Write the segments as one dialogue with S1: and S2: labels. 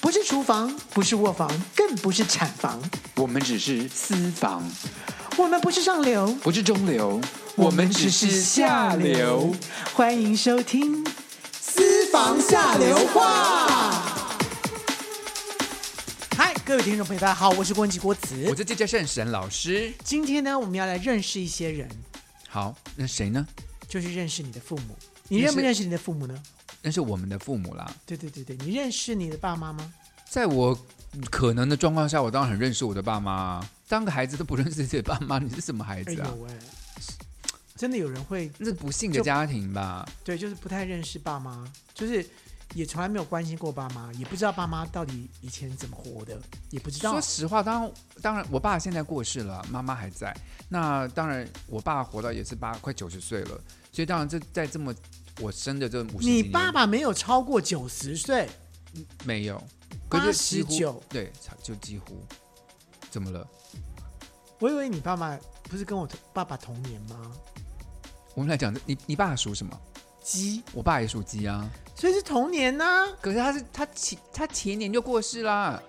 S1: 不是厨房，不是卧房，更不是产房，
S2: 我们只是私房，
S1: 我们不是上流，
S2: 不是中流，我们只是下流。。
S1: 欢迎收听《私房下流话》。嗨，各位听众朋友，大家好，我是郭文吉郭
S2: 我
S1: 子。
S2: 是这家圣神老师。
S1: 今天呢，我们要来认识一些人，
S2: 好，那谁呢？
S1: 就是认识你的父母。你
S2: 你是
S1: 认不认识你的父母呢？
S2: 那是我们的父母啦。
S1: 对对对对，你认识你的爸妈吗？
S2: 在我可能的状况下，我当然很认识我的爸妈啊。当个孩子都不认识自己的爸妈，你是什么孩
S1: 哎
S2: 子啊？
S1: 呦喂，真的有人会
S2: 那是不幸的家庭吧？
S1: 对，就是不太认识爸妈，就是也从来没有关心过爸妈，也不知道爸妈到底以前怎么活的，也不知道
S2: 说。实话，当然当然，我爸现在过世了，妈妈还在。那当然，我爸活到也是八快九十岁了，所以当然这在这么我生的这五十几
S1: 你
S2: 年，
S1: 爸爸没有超过九十岁，
S2: 没有，可是几乎
S1: 89
S2: 对，就几乎怎么了？
S1: 我以为你爸爸不是跟我同爸爸同年吗？
S2: 我们来讲，你你爸属什么？
S1: 鸡，
S2: 我爸也属鸡啊，
S1: 所以是同年呐、
S2: 可是他是他前他前年就过世啦，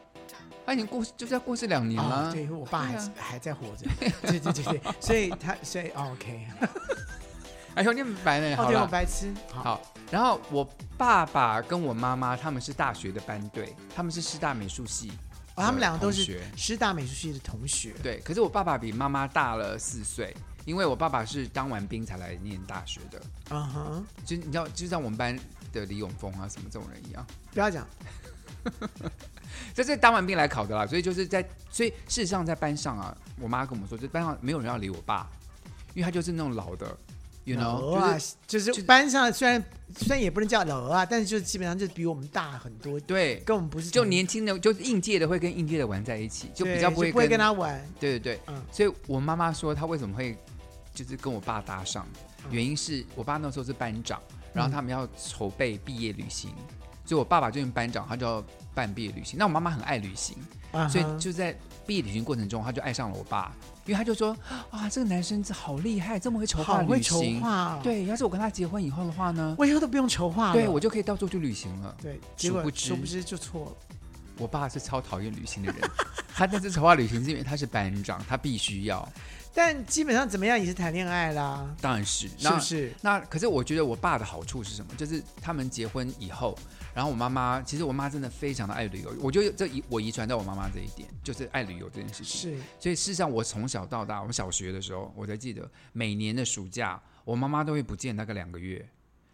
S2: 他已经过世就是要过世两年啦。
S1: 哦，对，因为我爸还、
S2: 对啊
S1: 还在活着，对对对对，所以他所以、哦、OK，
S2: 哎呦，你很白呢，
S1: 哦，
S2: 好
S1: 对我
S2: 了。
S1: 白痴，好，
S2: 好，然后我爸爸跟我妈妈他们是大学的班队，他们是师大美术系，
S1: 哦他们两个都
S2: 同
S1: 是
S2: 学
S1: 师大美术系的同学，
S2: 对。可是我爸爸比妈妈大了四岁，因为我爸爸是当完兵才来念大学的，
S1: 嗯哼，
S2: 就你知道，就像我们班的李永峰啊什么这种人一样，
S1: 不要讲，
S2: 这是当完兵来考的啦，所以就是在，所以事实上在班上啊，我妈跟我们说，就班上没有人要理我爸，因为他就是那种老的，you
S1: 老
S2: know，、就是
S1: 啊，就是
S2: 就
S1: 班上虽然虽然也不能叫老啊，但是就基本上就比我们大很多，
S2: 对，
S1: 跟我们不是
S2: 就
S1: 同
S2: 年轻的，就是应届的会跟应届的玩在一起，就比较
S1: 对
S2: 不会
S1: 不会
S2: 跟，
S1: 跟他玩，
S2: 对对对，
S1: 嗯
S2: 所以我妈妈说她为什么会就是跟我爸搭上，
S1: 嗯
S2: 原因是我爸那时候是班长，然后他们要筹备毕业旅行，所以我爸爸就是班长，他就要办毕业旅行。那我妈妈很爱旅行，
S1: 啊哈
S2: 所以就在毕业旅行过程中，他就爱上了我爸，因为他就说啊，这个男生真好厉害，这么会筹划
S1: 好会
S2: 旅
S1: 筹
S2: 行。
S1: 划、哦，，
S2: 对，要是我跟他结婚以后的话呢，
S1: 我以后都不用筹划了，
S2: 对我就可以到处去旅行了。
S1: 对，结
S2: 殊
S1: 果
S2: 不知
S1: 殊不知就错了。
S2: 我爸是超讨厌旅 行的人，他那次筹划旅行是因为他是班长，他必须要，
S1: 但基本上怎么样也是谈恋爱啦，
S2: 当然是，
S1: 是
S2: 那
S1: 不是？
S2: 那可是我觉得我爸的好处是什么？就是他们结婚以后，然后我妈妈，其实我妈真的非常的爱旅游，我觉得这遗我遗传到我妈妈这一点，就是爱旅游这件事情。
S1: 是
S2: 所以事实上，我从小到大，我小学的时候，我才记得每年的暑假，我妈妈都会不见大概两个月。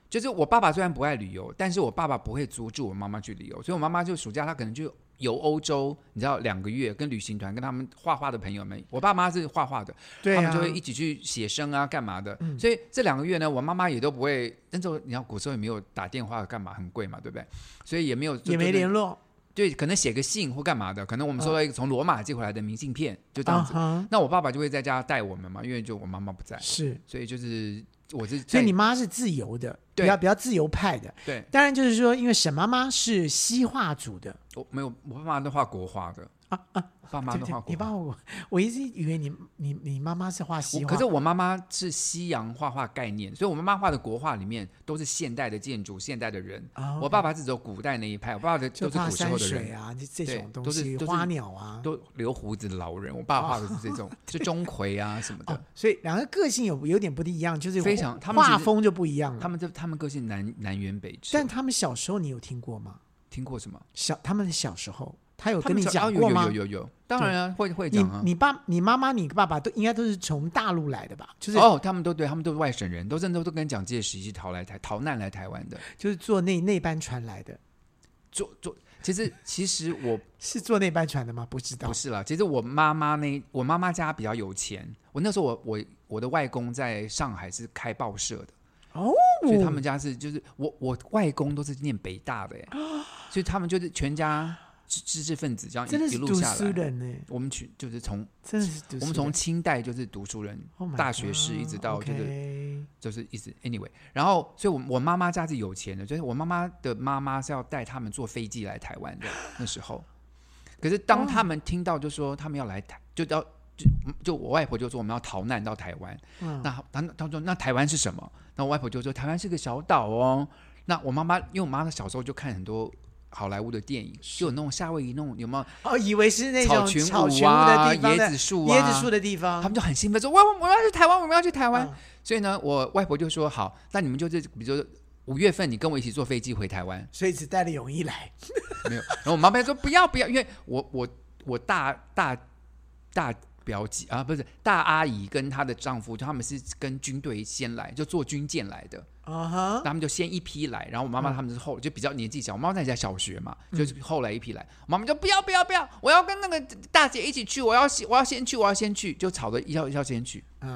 S2: 就是我爸爸虽然不爱旅游，但是我爸爸不会阻止我妈妈去旅游，所以我妈妈就暑假她可能就游欧洲，你知道两个月，跟旅行团跟他们画画的朋友们，我爸妈是画画的，
S1: 对
S2: 他
S1: 啊嗯
S2: 们就，会一起去写生啊，干嘛的。所以这两个月呢，我妈妈也都不会。那时候你要古时候也没有打电话干嘛，很贵嘛，对不对？所以也没有
S1: 也没联络
S2: 对，可能写个信或干嘛的。可能我们收到一个从罗马寄回来的明信片，就这
S1: 啊
S2: 样子。
S1: 哈，
S2: 那我爸爸就会在家带我们嘛，因为就我妈妈不在，
S1: 是。
S2: 所以就是我是在
S1: 所以你妈是自由的，比
S2: 对
S1: 较比较自由派的。
S2: 对
S1: 当然就是说，因为沈妈妈是西化组的
S2: 我没有我爸妈都画国画的啊啊，爸妈
S1: 对
S2: 都
S1: 不
S2: 画
S1: 对？你
S2: 国
S1: 爸
S2: 画。
S1: 我我一直以为你你你妈妈是画西
S2: 我
S1: 画，
S2: 可是我妈妈是西洋画画概念，所以我妈妈画的国画里面都是现代的建筑、现代的人。
S1: 啊
S2: 我爸爸是走古代那一派，我爸爸的
S1: 就
S2: 都是
S1: 画
S2: 古时候
S1: 山
S2: 的人
S1: 水，啊，这这
S2: 对
S1: 种东
S2: 都是
S1: 西，
S2: 都是
S1: 花鸟啊，
S2: 都留胡子的老人。我爸画的是这
S1: 哦
S2: 种，就钟馗啊什么的。
S1: 所以两个个性有有点不一样，就是
S2: 非常他们
S1: 画
S2: 其实
S1: 风就不一样了。
S2: 他们这他们个性南南辕北辙。
S1: 但他们小时候你有听过吗？
S2: 听过什么？
S1: 小他们小时候，他有
S2: 他
S1: 跟
S2: 们
S1: 你
S2: 小
S1: 讲
S2: 啊有
S1: 过吗？
S2: 有有有有，当然啊，会会
S1: 你
S2: 讲啊。
S1: 你爸、你妈妈、你爸爸都应该都是从大陆来的吧？就是、
S2: 哦，他们都对，他们都是外省人，都真的都跟蒋介石一起逃来台逃难来台湾的。
S1: 就是坐那那班船来的，
S2: 做做，其实其实 我
S1: 是坐那班船的吗？不知道
S2: 不。是啦，其实我妈妈那我妈妈家比较有钱，我那时候我我我的外公在上海是开报社的。
S1: 哦
S2: 所以他们家是就是我我外公都是念北 大的耶，所以他们就是全家知知识分子这样
S1: 真的
S2: 一一
S1: 是
S2: 路
S1: 读
S2: 下
S1: 书
S2: 来。
S1: 人呢、
S2: 我们去就是从
S1: 真的是读书人。
S2: 我们从清代就是读书人，
S1: Oh my
S2: 大学士
S1: God，
S2: 一直到就是
S1: OK
S2: 就是一直 anyway，然后所以我我妈妈家是有钱的，就是我妈妈的妈妈是要带他们坐飞机来台湾的那时候，可是当他们听到就说他们要来台，就要就就我外婆就说我们要逃难到台湾，
S1: 嗯
S2: 那他他说那台湾是什么？那我外婆就说台湾是个小岛哦。那我妈妈因为我妈妈小时候就看很多好莱坞的电影，就有那种夏威夷那种有没有
S1: 哦，以为是那种
S2: 群
S1: 草
S2: 舞
S1: 裙屋
S2: 啊、
S1: 的地方
S2: 椰
S1: 的
S2: 子树啊、
S1: 椰子树的地方，
S2: 他们就很兴奋说：“哇，我们要去台湾，我们要去台湾。
S1: 嗯
S2: 所以呢，我外婆就说：“好，那你们就是比如说五月份，你跟我一起坐飞机回台湾。
S1: 所以只带了泳衣来。”
S2: 没有， 然后我妈妈就说：“不要不要，因为我我我大大大表姐啊，不是大阿姨跟她的丈夫，就他们是跟军队先来，就坐军舰来的，
S1: 啊嗯哈，
S2: 他们就先一批来，然后我妈妈他们是后就比较年纪小，我妈妈那在小学嘛，
S1: 嗯
S2: 就是后来一批来，我妈妈就不要不要不要，我要跟那个大姐一起去，我要先我要先去，我要先去，就吵着要要先去。”
S1: 嗯，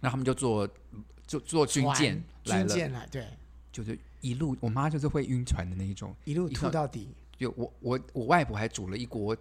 S2: 然后他们就坐就坐军舰来
S1: 船
S2: 了，
S1: 军舰来，对，
S2: 就是一路我妈就是会晕船的那一种。
S1: 一路
S2: 一
S1: 吐
S2: 趟
S1: 到底，
S2: 就我我我外婆还煮了一锅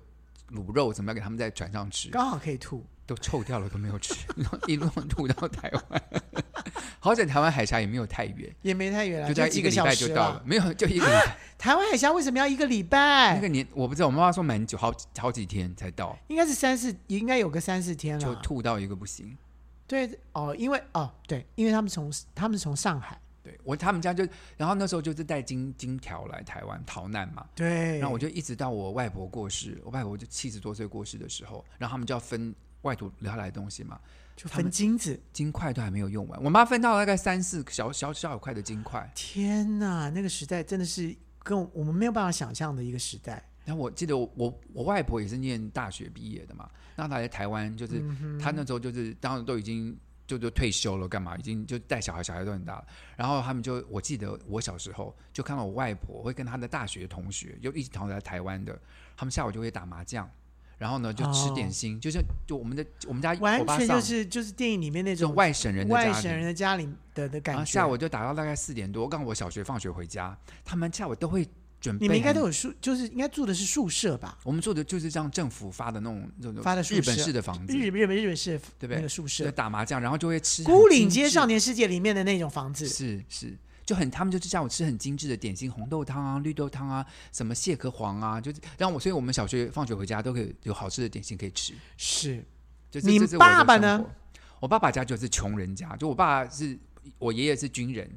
S2: 卤肉，怎么样给他们在船上吃，
S1: 刚好可以吐。
S2: 都臭掉了都没有吃， 然后一路吐到台湾。 好在台湾海峡也没有太远，
S1: 也没太远了，
S2: 就在
S1: 啊几
S2: 一
S1: 个
S2: 礼
S1: 小
S2: 拜
S1: 时
S2: 就到了，。没有就一个礼拜。
S1: 台湾海峡为什么要一个礼
S2: 那
S1: 拜？
S2: 个年我不知道，我妈妈说蛮久，好好几天才到，
S1: 应该是三四，应该有个三四天
S2: 就
S1: 了。
S2: 吐到一个不行。
S1: 对哦，因为哦对，因为他们从他们从上海，
S2: 对我他们家就，然后那时候就是带金金条来台湾逃难嘛，
S1: 对，
S2: 然后我就一直到我外婆过世，我外婆就七十多岁过世的时候，然后他们就要分外头留下来的东西嘛，
S1: 就
S2: 他
S1: 分
S2: 们
S1: 金子。
S2: 金块都还没有用完，我妈分到大概三四小小小小块的金块。
S1: 天哪，那个时代真的是跟我我们没有办法想象的一个时代。
S2: 然后我记得我我我外婆也是念大学毕业的嘛，那她来台湾就是、
S1: 嗯
S2: 她那时候就是当然都已经就就退休了，干嘛已经就带小孩，小孩都很大了。然后他们就我记得我小时候就看到我外婆会跟她的大学同学就一起逃来台湾的，他们下午就会打麻将。然后呢，就吃点心，就像就我们的我们家
S1: 完
S2: 我爸
S1: 全
S2: 上
S1: 就是就是电影里面那
S2: 这种
S1: 种
S2: 外省人的家
S1: 外
S2: 庭
S1: 省人的家里的的感
S2: 然后
S1: 觉。
S2: 啊下午就打到大概四点多，刚好我小学放学回家，他们下午都会准备。
S1: 你们应该都有宿，就是应该住的是宿舍吧？
S2: 我们住的就是像政府发的那种那种
S1: 发的宿
S2: 日
S1: 舍
S2: 本式的房子，
S1: 日日本日本是
S2: 对不
S1: 那
S2: 对
S1: 个？宿
S2: 就
S1: 舍，
S2: 打麻将，然后就会吃很
S1: 孤岭街
S2: 精致
S1: 少年世界里面的那种房子，
S2: 是是，就很他们就是下午吃很精致的点心，红豆汤啊、绿豆汤啊、什么蟹壳黄啊，就是让我，所以我们小学放学回家都可以有好吃的点心可以吃。
S1: 是
S2: 就是
S1: 你
S2: 这是我的
S1: 爸爸呢
S2: 生活？我爸爸家就是穷人家，就我爸是我爷爷是军人，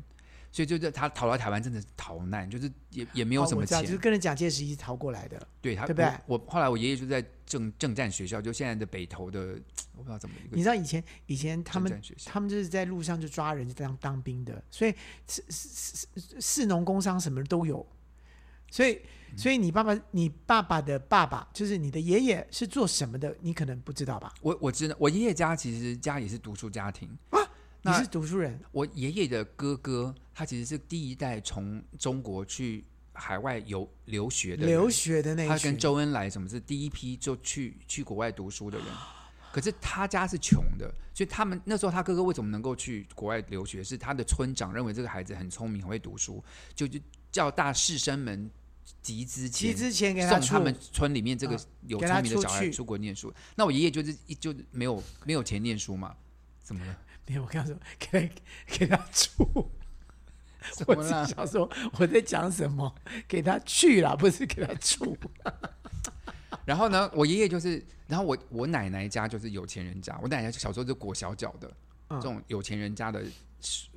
S2: 所以就是他逃到台湾真的是逃难，就是也也没有
S1: 哦
S2: 什么
S1: 我知道
S2: 钱，
S1: 就是跟着蒋介石一起逃过来的。
S2: 对他
S1: 对不对
S2: 我我后来我爷爷就在政政战学校，就现在的北投的，我不知道怎么一个
S1: 你知道以前以前他
S2: 政
S1: 们
S2: 战学校，
S1: 他们就是在路上就抓人就当当兵的，所以士士士士农工商什么都有，所以
S2: 嗯
S1: 所以你爸爸你爸爸的爸爸就是你的爷爷是做什么的，你可能不知道吧？
S2: 我我知道我爷爷家其实家也是读书家庭，
S1: 你
S2: 那
S1: 是读书人，
S2: 我爷爷的哥哥他其实是第一代从中国去海外游留学的人
S1: 留学的那
S2: 他
S1: 一群
S2: 跟，周恩来什么是第一批就去去国外读书的人， 可是他家是穷的，所以他们那时候他哥哥为什么能够去国外留学，是他的村长认为这个孩子很聪明，很会读书，就就叫大士绅们集资
S1: 其
S2: 钱
S1: 实之前给
S2: 送
S1: 出
S2: 他们村里面这个
S1: 啊
S2: 有
S1: 给他
S2: 聪明的
S1: 出
S2: 小孩
S1: 去
S2: 出国念书。那我爷爷就是一就没有没有钱念书嘛，怎 么了？
S1: 没有，我刚刚说给他给他住，
S2: 怎
S1: 我
S2: 么
S1: 只
S2: 了？
S1: 想说我在讲什么，给他去啦，不是给他 住。
S2: 然后呢，我爷爷就是，然后我我奶奶家就是有钱人家，我奶奶小时候就裹小脚的，
S1: 嗯
S2: 这种有钱人家的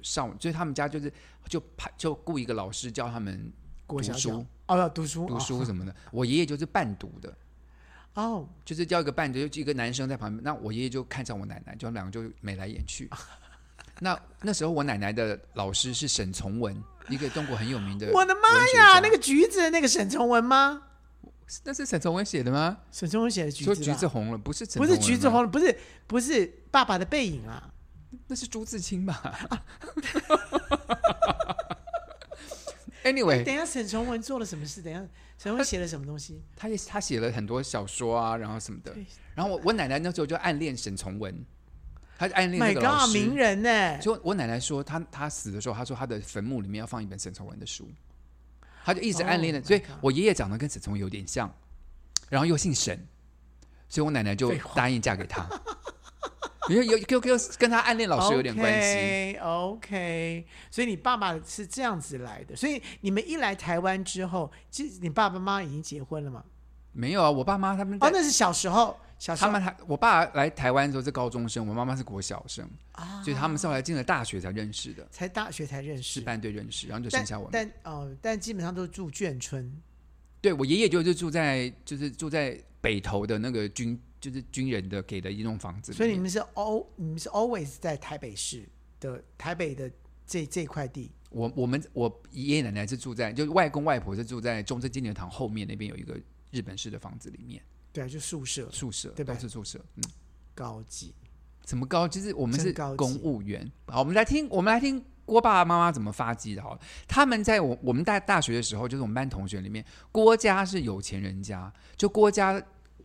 S2: 少，就是他们家就是就派就雇一个老师教他们
S1: 国小
S2: 读书
S1: 小哦，要读书
S2: 读
S1: 哦
S2: 书什么的。我爷爷就是半读的，
S1: 哦，
S2: 就是叫一个伴读，就一个男生在旁边，那我爷爷就看上我奶奶，就他们两个就眉来眼去。 那那时候我奶奶的老师是沈从文，一个中国很有名的，
S1: 我的妈呀，那个橘子那个沈从文吗？
S2: 那是沈从文写的吗？
S1: 沈从文写的橘
S2: 说
S1: 子
S2: 橘
S1: 吧
S2: 子红了，不是沈
S1: 不是
S2: 从文
S1: 橘子
S2: 吗，
S1: 红，不是不是爸爸的背影啊，
S2: 那是朱自 清吧？Anyway，
S1: 等一下沈从文做了什么事？等一下沈从文写了什么东 西？
S2: 他也他写了很多小说啊，然后什么的
S1: 对。
S2: 然后我我奶奶那时候就暗恋沈从文，她就暗恋
S1: My
S2: 这个老
S1: God，
S2: 师。
S1: 名人呢、
S2: 就我奶奶说，她她死的时候，她说她的坟墓里面要放一本沈从文的书，她就一直暗恋的。
S1: Oh my
S2: 所以
S1: God
S2: 我爷爷长得跟沈从文有点像，然后又姓沈，所以我奶奶就
S1: 废话
S2: 答应嫁给他。 因为有有有跟他暗恋老师有点关系。
S1: OK，, o k 所以你爸爸是这样子来的，所以你们一来台湾之后，其实你爸爸妈妈已经结婚了嘛？
S2: 没有啊，我爸妈他们在
S1: 哦，那是小时候，小时
S2: 他
S1: 候
S2: 们还，我爸来台湾的时候是高中生，我妈妈是国小生，
S1: 啊
S2: 所以他们是后来进了大学才认识的，
S1: 才大学才认识
S2: 是，班队认识，然后就
S1: 但
S2: 生下我们。
S1: 但哦、但基本上都是住眷村，
S2: 对我爷爷就是住在就是住在北投的那个军就是军人的给的一栋房子里面，
S1: 所以你们是 all 你们是 always 在台北市的台北的这这块地，
S2: 我我们我爷爷奶奶是住在，就是外公外婆是住在中正纪念堂后面那边有一个日本式的房子里面
S1: 对啊，就宿舍
S2: 宿舍，
S1: 对吧
S2: 都是宿舍。嗯，
S1: 高级。
S2: 怎么高？就是我们
S1: 真
S2: 是
S1: 高级
S2: 公务员。好，我们来听，我们来听郭爸爸妈妈怎么发迹的。好了，他们在我我们在大学的时候，就是我们班同学里面，郭家是有钱人家，就郭家。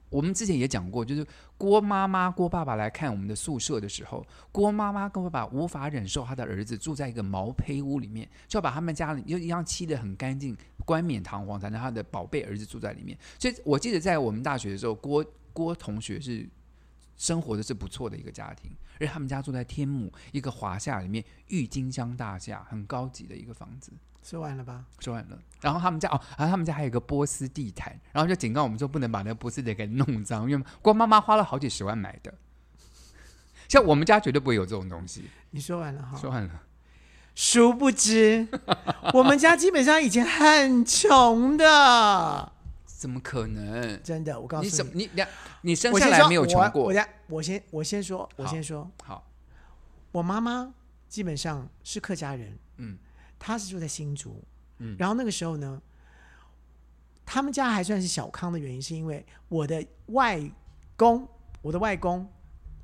S2: 我们之前也讲过，就是郭妈妈、郭爸爸来看我们的宿舍的时候，郭妈妈跟爸爸无法忍受他的儿子住在一个毛坯屋里面，就要把他们家里又一样漆得很干净，冠冕堂皇，才让他的宝贝儿子住在里面。所以我记得在我们大学的时候，郭郭同学是生活的是不错的一个家庭，而且他们家住在天母一个华夏里面郁金香大厦，很高级的一个房子。
S1: 说完了吧？
S2: 说完了，然后他们家哦，然后他们家还有一个波斯地毯，然后就警告我们说不能把那个波斯地给弄脏，因为光妈妈花了好几十万买的。像我们家绝对不会有这种东西。
S1: 你说完了哈。
S2: 说完了，
S1: 殊不知，我们家基本上以前很穷的，
S2: 怎么可能？
S1: 真的。我告诉
S2: 你
S1: 你，
S2: 怎么你你你生
S1: 我
S2: 下
S1: 先
S2: 来
S1: 说
S2: 没有
S1: 我
S2: 穷
S1: 我
S2: 过？
S1: 家我先我先说，我先说，
S2: 好，
S1: 我妈妈基本上是客家人，
S2: 嗯，
S1: 她是住在新竹，
S2: 嗯
S1: 然后那个时候呢，他们家还算是小康的原因，是因为我的外公，我的外公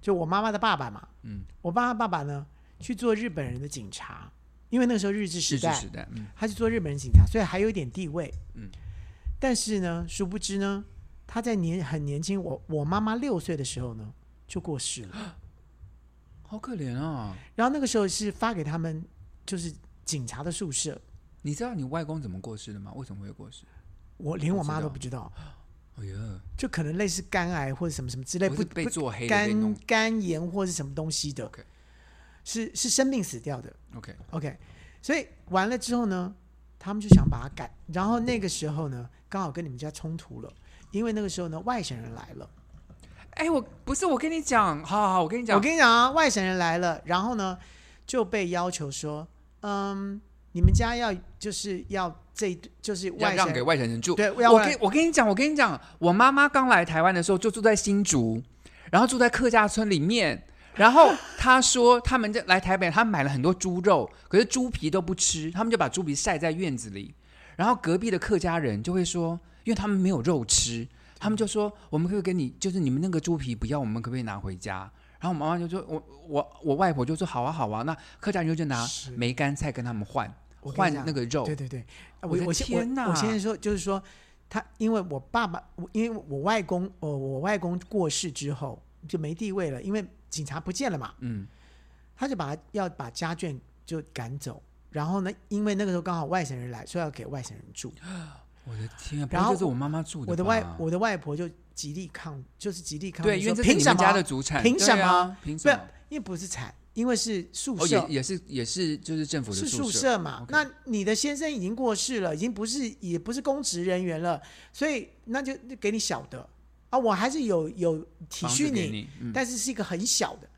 S1: 就我妈妈的爸爸嘛，
S2: 嗯，
S1: 我爸爸爸爸呢去做日本人的警察，因为那个时候日治时
S2: 是
S1: 代，
S2: 是时代，嗯
S1: 他去做日本人警察，所以还有一点地位。
S2: 嗯，
S1: 但是呢，殊不知呢，他在年很年轻，我我妈妈六岁的时候呢就过世 了。
S2: 好可怜啊！
S1: 然后那个时候是发给他们就是警察的宿舍，
S2: 你知道你外公怎么过世的吗？为什么会过世？
S1: 我连我妈
S2: 不知道
S1: 都不知道，
S2: 哎呀，
S1: 就可能类似肝癌或者什么什么之类，
S2: 不
S1: 不
S2: 是被
S1: 不
S2: 做黑的被
S1: 肝
S2: 弄
S1: 肝炎或是什么东西的
S2: OK
S1: 是是生病死掉的。
S2: ？OK，
S1: OK，所以完了之后呢，他们就想把它改。然后那个时候呢，刚好跟你们家冲突了，因为那个时候呢，外省人来了。
S2: 哎，我不是我跟你讲，好好好，我跟你讲，
S1: 我跟你讲啊，外省人来了，然后呢就被要求说，嗯，你们家要就是要这就是
S2: 要
S1: 外省
S2: 让给外省人住。
S1: 对，要
S2: 我
S1: 让
S2: 跟我跟你讲，我跟你讲，我妈妈刚来台湾的时候就住在新竹，然后住在客家村里面。然后她说，他们这来台北，他们买了很多猪肉，可是猪皮都不吃，他们就把猪皮晒在院子里。然后隔壁的客家人就会说，因为他们没有肉吃，他们就说，我们可不可以给你，就是你们那个猪皮不要，我们可不可以拿回家？然后我妈妈就说，我我我外婆就说，好啊好啊，那客家人就拿
S1: 是
S2: 梅干菜跟他们换
S1: 嗯我跟你
S2: 换
S1: 讲
S2: 那个肉
S1: 对，对对，啊
S2: 我
S1: 我
S2: 的
S1: 我先
S2: 天哪
S1: 我我先说，就是说他，因为我爸爸，我因为我外公，我我外公过世之后就没地位了，因为警察不见了嘛，
S2: 嗯，
S1: 他就把他要把家眷就赶走。然后呢，因为那个时候刚好外省人来，说要给外省人住，
S2: 我的天、啊，不
S1: 然
S2: 会
S1: 后
S2: 就是我妈妈住的吧，
S1: 我的外我的外婆就极力抗，就是极力抗，
S2: 对，
S1: 就
S2: 因为
S1: 说
S2: 这是
S1: 凭
S2: 你
S1: 什
S2: 们
S1: 么
S2: 家的主产，
S1: 凭
S2: 对
S1: 什么
S2: 啊？凭
S1: 不
S2: 什
S1: 是
S2: 么？，
S1: 因为不是产，因为是宿
S2: 哦，
S1: 舍，
S2: 也也是也是就是政府的
S1: 是
S2: 宿
S1: 宿
S2: 舍，
S1: 舍嘛。
S2: OK
S1: 那你的先生已经过世了，已经不是也不是公职人员了，所以那就就给你小的啊，我还是有有体
S2: 房子
S1: 恤
S2: 给
S1: 你，
S2: 你，嗯，
S1: 但是是一个很小的。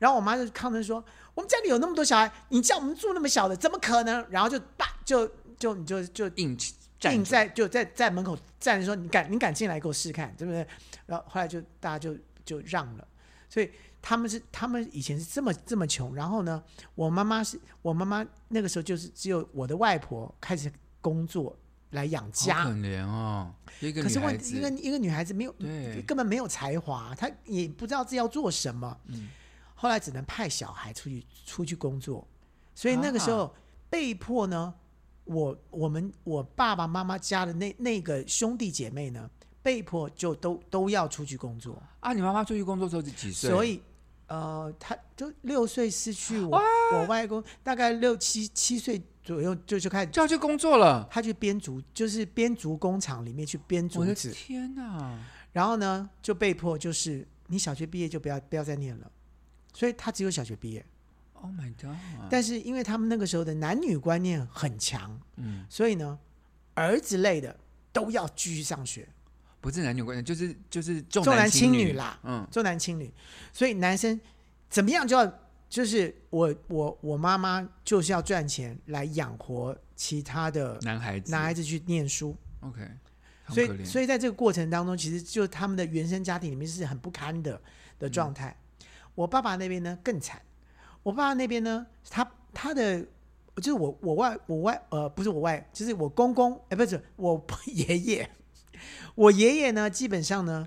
S1: 然后我妈就抗争说：“我们家里有那么多小孩，你叫我们住那么小的，怎么可能？”然后就叭就就你就就硬
S2: 硬站着
S1: 在就在在门口站着说：“你敢你敢进来给我试试看，对不对？”然后后来就大家就就让了，所以他们是他们以前是这么这么穷。然后呢，我妈妈是我妈妈那个时候就是只有我的外婆开始工作来养
S2: 好
S1: 家
S2: 可，怜哦，一个
S1: 可
S2: 女
S1: 是
S2: 孩
S1: 问一个
S2: 子，
S1: 一个女孩子没有
S2: 对
S1: 根本没有才华，她也不知道自己要做什么，
S2: 嗯
S1: 后来只能派小孩出去出去工作，所以那
S2: 啊
S1: 个时候被迫呢，我我们我爸爸妈妈家的那那个兄弟姐妹呢，被迫就都都要出去工作，
S2: 啊，你妈妈出去工作的时候是几岁？
S1: 所以呃，他就六岁失去我我外公，大概六七七岁左右就就开始，
S2: 就要去工作了，
S1: 他去编竹，就是编竹工厂里面去编
S2: 我
S1: 竹
S2: 的
S1: 子，
S2: 天啊哪、
S1: 然后呢就被迫就是你小学毕业就不要不要再念了，所以他只有小学毕业。
S2: o h Oh my god！
S1: 但是因为他们那个时候的男女观念很强，
S2: 嗯，
S1: 所以呢，儿子类的都要继续上学，
S2: 不是男女关系，就是就是重
S1: 重男轻
S2: 轻
S1: 女啦
S2: 嗯，
S1: 重男轻女，所以男生怎么样就要就是我我我妈妈就是要赚钱来养活其他的
S2: 男孩子
S1: 嗯男孩子去念书，
S2: ，OK，
S1: 所
S2: 很可
S1: 以
S2: 怜
S1: 所以在这个过程当中，其实就他们的原生家庭里面是很不堪的
S2: 嗯
S1: 的状态。我爸爸那边呢更惨，我爸爸那边呢，他他的就是我我外我外呃不是我外，就是我公公哎、不是我 爷爷，我爷爷呢基本上呢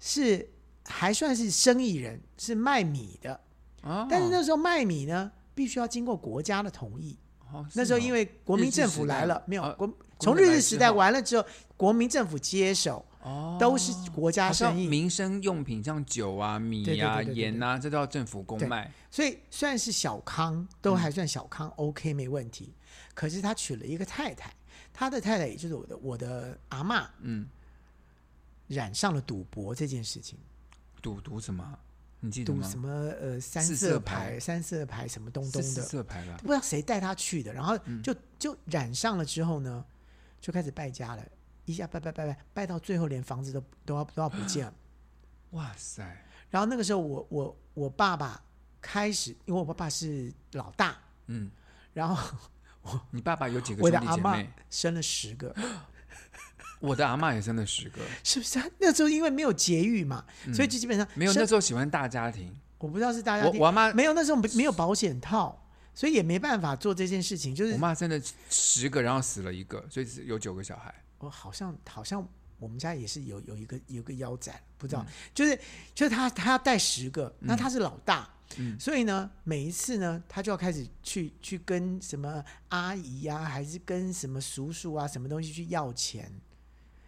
S1: 是还算是生意人，是卖米的，
S2: 啊。
S1: 但是那时候卖米呢必须要经过国家的同意。
S2: 哦
S1: 那时候因
S2: 为
S1: 为国民政府来了，没
S2: 呃
S1: 有国从日治时代完了之后，国民政府接手，
S2: 哦，
S1: 都是国家
S2: 好像
S1: 生意，
S2: 民生用品，像酒啊、米啊、
S1: 对对对对对
S2: 盐啊，这都要政府公
S1: 对
S2: 卖。
S1: 所以虽然是小康，
S2: 嗯
S1: 都还算小康、o k 没问题。可是他娶了一个太太，他的太太也就是我的我的阿嬷，
S2: 嗯，
S1: 染上了赌博这件事情，
S2: 赌赌什么啊？你记得
S1: 赌
S2: 吗？
S1: 什么呃三
S2: 四
S1: 色
S2: 色
S1: 牌、
S2: 牌
S1: 三色牌什么东
S2: 是
S1: 东
S2: 四
S1: 的，
S2: 色牌吧？
S1: 不知道谁带他去的，然后
S2: 嗯
S1: 就、就染上了之后呢，就开始败家了，一下败败败败败到最后连房子都都要都要不见了。
S2: 哇塞，
S1: 然后那个时候我我我爸爸开始，因为我爸爸是老大，
S2: 嗯，
S1: 然后
S2: 你爸爸有几个
S1: 我的
S2: 兄弟
S1: 阿
S2: 姐
S1: 嬷
S2: 妹？
S1: 生了十个，
S2: 我的阿嬷也生了十个，
S1: 是不是啊？那时候因为没有节育嘛，所以就基本上
S2: 嗯没有
S1: 生
S2: 那时候喜欢大家庭。
S1: 我不知道是大家
S2: 我
S1: 听
S2: 我阿妈
S1: 没有那时候没有保险套，所以也没办法做这件事情，就
S2: 我
S1: 是
S2: 妈生了十个，然后死了一个，所以是有九个小孩。
S1: 我好像好像我们家也是有有一个有一个腰斩，不知道，
S2: 嗯
S1: 就是就是他他要带十个，那他是老大。
S2: 嗯
S1: 所以呢，每一次呢，他就要开始去去跟什么阿姨呀、还是跟什么叔叔啊，什么东西去要钱，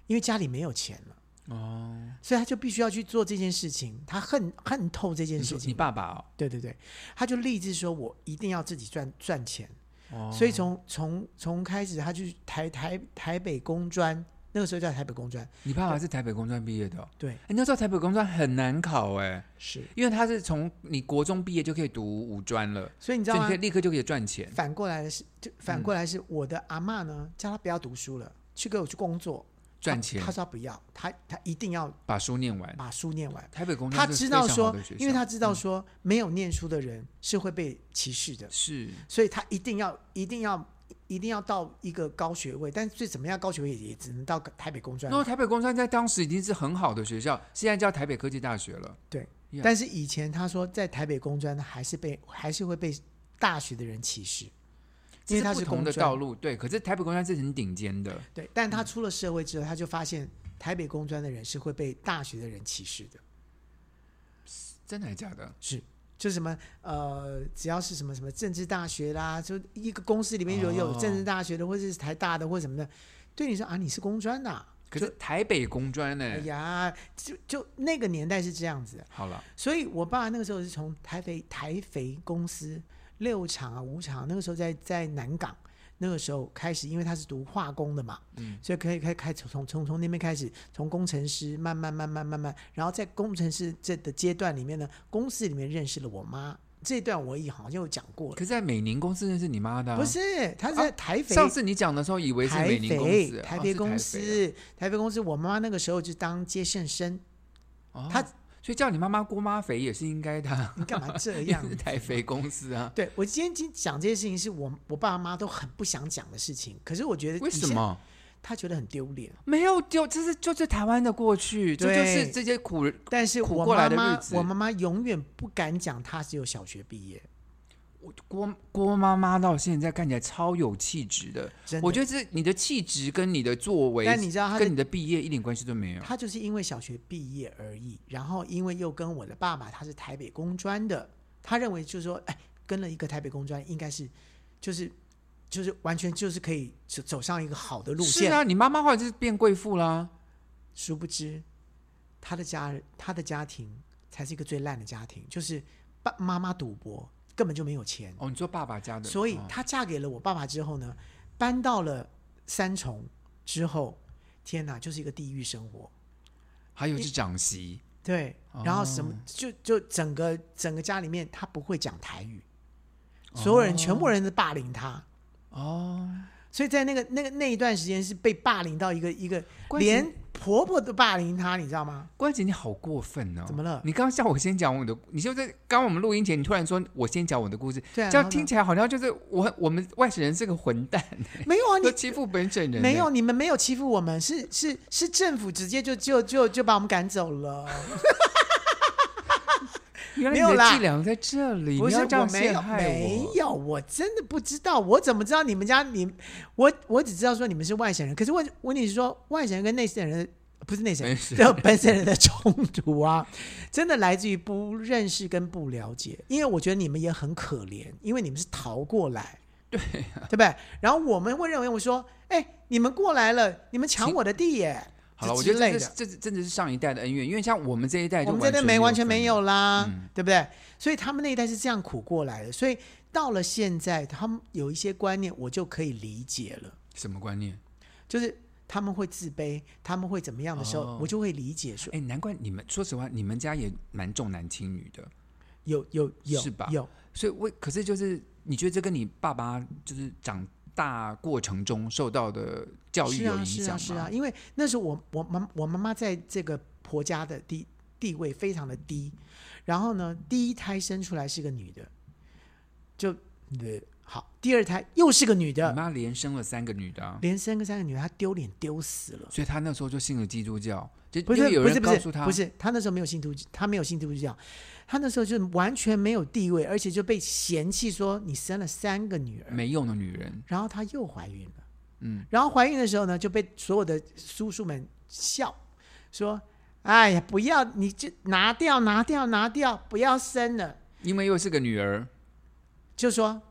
S1: 因为家里没有钱了，
S2: 哦，
S1: 所以他就必须要去做这件事情。他恨恨透这件
S2: 你
S1: 事
S2: 说你
S1: 情，
S2: 爸爸哦
S1: 对对对，他就立志说，我一定要自己赚赚钱。
S2: 哦，
S1: 所以从从从开始，他去台台台北工专，那个时候叫台北工专，
S2: 你爸爸是台北工专毕业的哦。
S1: 对，
S2: 哎你要知道台北工专很难考哎，
S1: 是。
S2: 因为他是从你国中毕业就可以读五专了，
S1: 所以你知
S2: 所
S1: 道
S2: 以你
S1: 吗
S2: 可以？立刻就可以赚钱。
S1: 反过来的是，就反
S2: 嗯
S1: 过来是我的阿嬷呢，叫他不要读书了，去给我去工作。
S2: 赚钱
S1: 他，他说他不要，他他一定要
S2: 把书念完。
S1: 把书念完。
S2: 台北工
S1: 他
S2: 专是
S1: 知
S2: 非
S1: 道
S2: 常好
S1: 说
S2: 的学，校，嗯
S1: 因为他知道说没有念书的人是会被歧视的，
S2: 是
S1: 所以他一定要一定要一定要到一个高学位，但是最怎么样高学位也也只能到台北工专
S2: 那。台北工专在当时已经是很好的学校，现在叫台北科技大学了。
S1: 对
S2: Yeah，
S1: 但是以前他说在台北工专还是被还是会被大学的人歧视，因为他
S2: 这
S1: 是
S2: 不同
S1: 工
S2: 的
S1: 专
S2: 道路，对。可是台北工专是很顶尖的，
S1: 对，但他出了社会之后，他就发现台北工专的人是会被大学的人歧视的，
S2: 真的还假的？
S1: 是。就什么呃，只要是什么什么政治大学啦，就一个公司里面有有
S2: 哦
S1: 政治大学的，或者是台大的或者什么的，对你说啊，你是工专的啊、
S2: 可是台北工专呢、
S1: 哎呀，就就那个年代是这样子的，
S2: 好了，
S1: 所以我爸那个时候是从台北台肥公司六厂啊五厂啊，那个时候在在南港，那个时候开始，因为他是读化工的嘛，
S2: 嗯，
S1: 所以可以开开从从从从那边开始，从工程师慢慢慢慢慢慢，然后在工程师这的阶段里面呢，公司里面认识了我妈，这一段我也好像有讲过了，
S2: 可是在美宁公司认识你妈的、啊，
S1: 不？是，他是在台肥。
S2: 上次你讲的时候以为是
S1: 台
S2: 美宁公
S1: 肥
S2: 司，，
S1: 台
S2: 哦
S1: 肥
S2: 是
S1: 公
S2: 肥
S1: 司，台肥公司，我妈妈那个时候就当接线生，
S2: 啊哦、
S1: 她
S2: 所以叫你妈妈郭妈肥也是应该的啊，
S1: 你干嘛 这
S2: 一
S1: 样
S2: 样？是台肥公司啊？
S1: 对我今天今讲这些事情，是我我爸妈都很不想讲的事情。可是我觉得
S2: 为什？么？
S1: 他觉得很丢脸。
S2: 没有丢，这是就是台湾的过去，这
S1: 对
S2: 就是这些苦人。
S1: 但是
S2: 苦
S1: 我
S2: 过
S1: 妈
S2: 来的
S1: 妈
S2: 日，子
S1: 我妈妈永远不敢讲她只有小学毕业。
S2: 我郭郭妈妈到现在看起来超有气质的，
S1: 真的
S2: 我觉得是你的气质跟你的作为，
S1: 但你知道她的
S2: 跟你的毕业一点关系都没有。
S1: 她就是因为小学毕业而已，然后因为又跟我的爸爸，他是台北工专的，他认为就是说，哎，跟了一个台北工专，应该是就是就是完全就是可以走走上一个好的路
S2: 是
S1: 线。
S2: 啊，你妈妈后来就是变贵妇啦。
S1: 殊不知，他的家人，他的家庭才是一个最烂的家庭，就是爸妈妈赌博，根本就没有钱，
S2: 哦，你说爸爸家的，
S1: 所以
S2: 哦
S1: 她嫁给了我爸爸之后呢，搬到了三重之后，天哪，就是一个地狱生活。
S2: 还有是长媳，
S1: 对，然后什么、
S2: 哦
S1: 就就整个整个家里面，他不会讲台语，所有人、全部人都霸凌他，
S2: 哦，
S1: 所以在那个那个那一段时间是被霸凌到一个一个，
S2: 关姐
S1: 连婆婆都霸凌她，你知道吗？
S2: 关姐你好过分哦！
S1: 怎么了
S2: 你刚刚叫我先讲我的，你就在刚刚我们录音前，你突然说我先讲我的故事，
S1: 对啊，
S2: 这
S1: 然
S2: 样
S1: 后呢
S2: 听起来好像就是我我们外省人是个混蛋，
S1: 没有啊，
S2: 都
S1: 你
S2: 欺负本省人呢，
S1: 没有，你们没有欺负我们，是是是政府直接就就就就把我们赶走了。
S2: 原来
S1: 没有
S2: 你的
S1: 啦
S2: 伎俩在这里，
S1: 不
S2: 你
S1: 是
S2: 要这样
S1: 没有
S2: 陷害
S1: 没
S2: 我。
S1: 有，我真的不知道，我怎么知道你们家你我我只知道说你们是外省人，可是问问题是说外省人跟内省人的不是内省人
S2: 本，省
S1: 就本省人的冲突啊， 真的来自于不认识跟不了解，因为我觉得你们也很可怜，因为你们是逃过来，对、
S2: 啊
S1: 对不对？然后我们会认为我说，哎，你们过来了，你们抢我的地耶，
S2: 好了，我
S1: 之
S2: 觉得
S1: 类
S2: 这
S1: 的
S2: 是这是真的是上一代的恩怨，因为像我们这一代就
S1: 我们这边
S2: 全
S1: 没完全
S2: 分
S1: 没有啦，
S2: 嗯
S1: 对不对？所以他们那一代是这样苦过来的，所以到了现在，他们有一些观念我就可以理解了，
S2: 什么观念。
S1: 就是他们会自卑，他们会怎么样的时候，
S2: 哦
S1: 我就会理解说
S2: 哎，难怪你们，说实话，你们家也蛮重男轻女的，
S1: 有有有
S2: 是吧
S1: 有，
S2: 所以为可是就是你觉得这跟你爸爸就是长大过程中受到的教育
S1: 是
S2: 有
S1: 啊
S2: 影
S1: 是
S2: 响吗？
S1: 啊是啊，因为那时候我我妈我妈妈在这个婆家的地地位非常的低，然后呢，第一胎生出来是个女的，就呃好，第二胎又是个啊女
S2: 你
S1: 的，
S2: 妈连生了三个女的啊、
S1: 连生个三个女的，她丢脸丢死了。
S2: 所以她那时候就信了基督教，就
S1: 不
S2: 因
S1: 是
S2: 为有
S1: 不是
S2: 人
S1: 不
S2: 告
S1: 是
S2: 诉她，
S1: 不是，他那时候没有信徒，他没有信徒教，他那时候就是完全没有地位，而且就被嫌弃说你生了三个女儿，
S2: 没用的女人，
S1: 然后她又怀孕了，
S2: 嗯，
S1: 然后怀孕的时候呢，就被所有的叔叔们笑说：“哎呀，不要，你就拿掉，拿掉，拿掉，不要生了。
S2: 因为又是个女儿，”
S1: 就说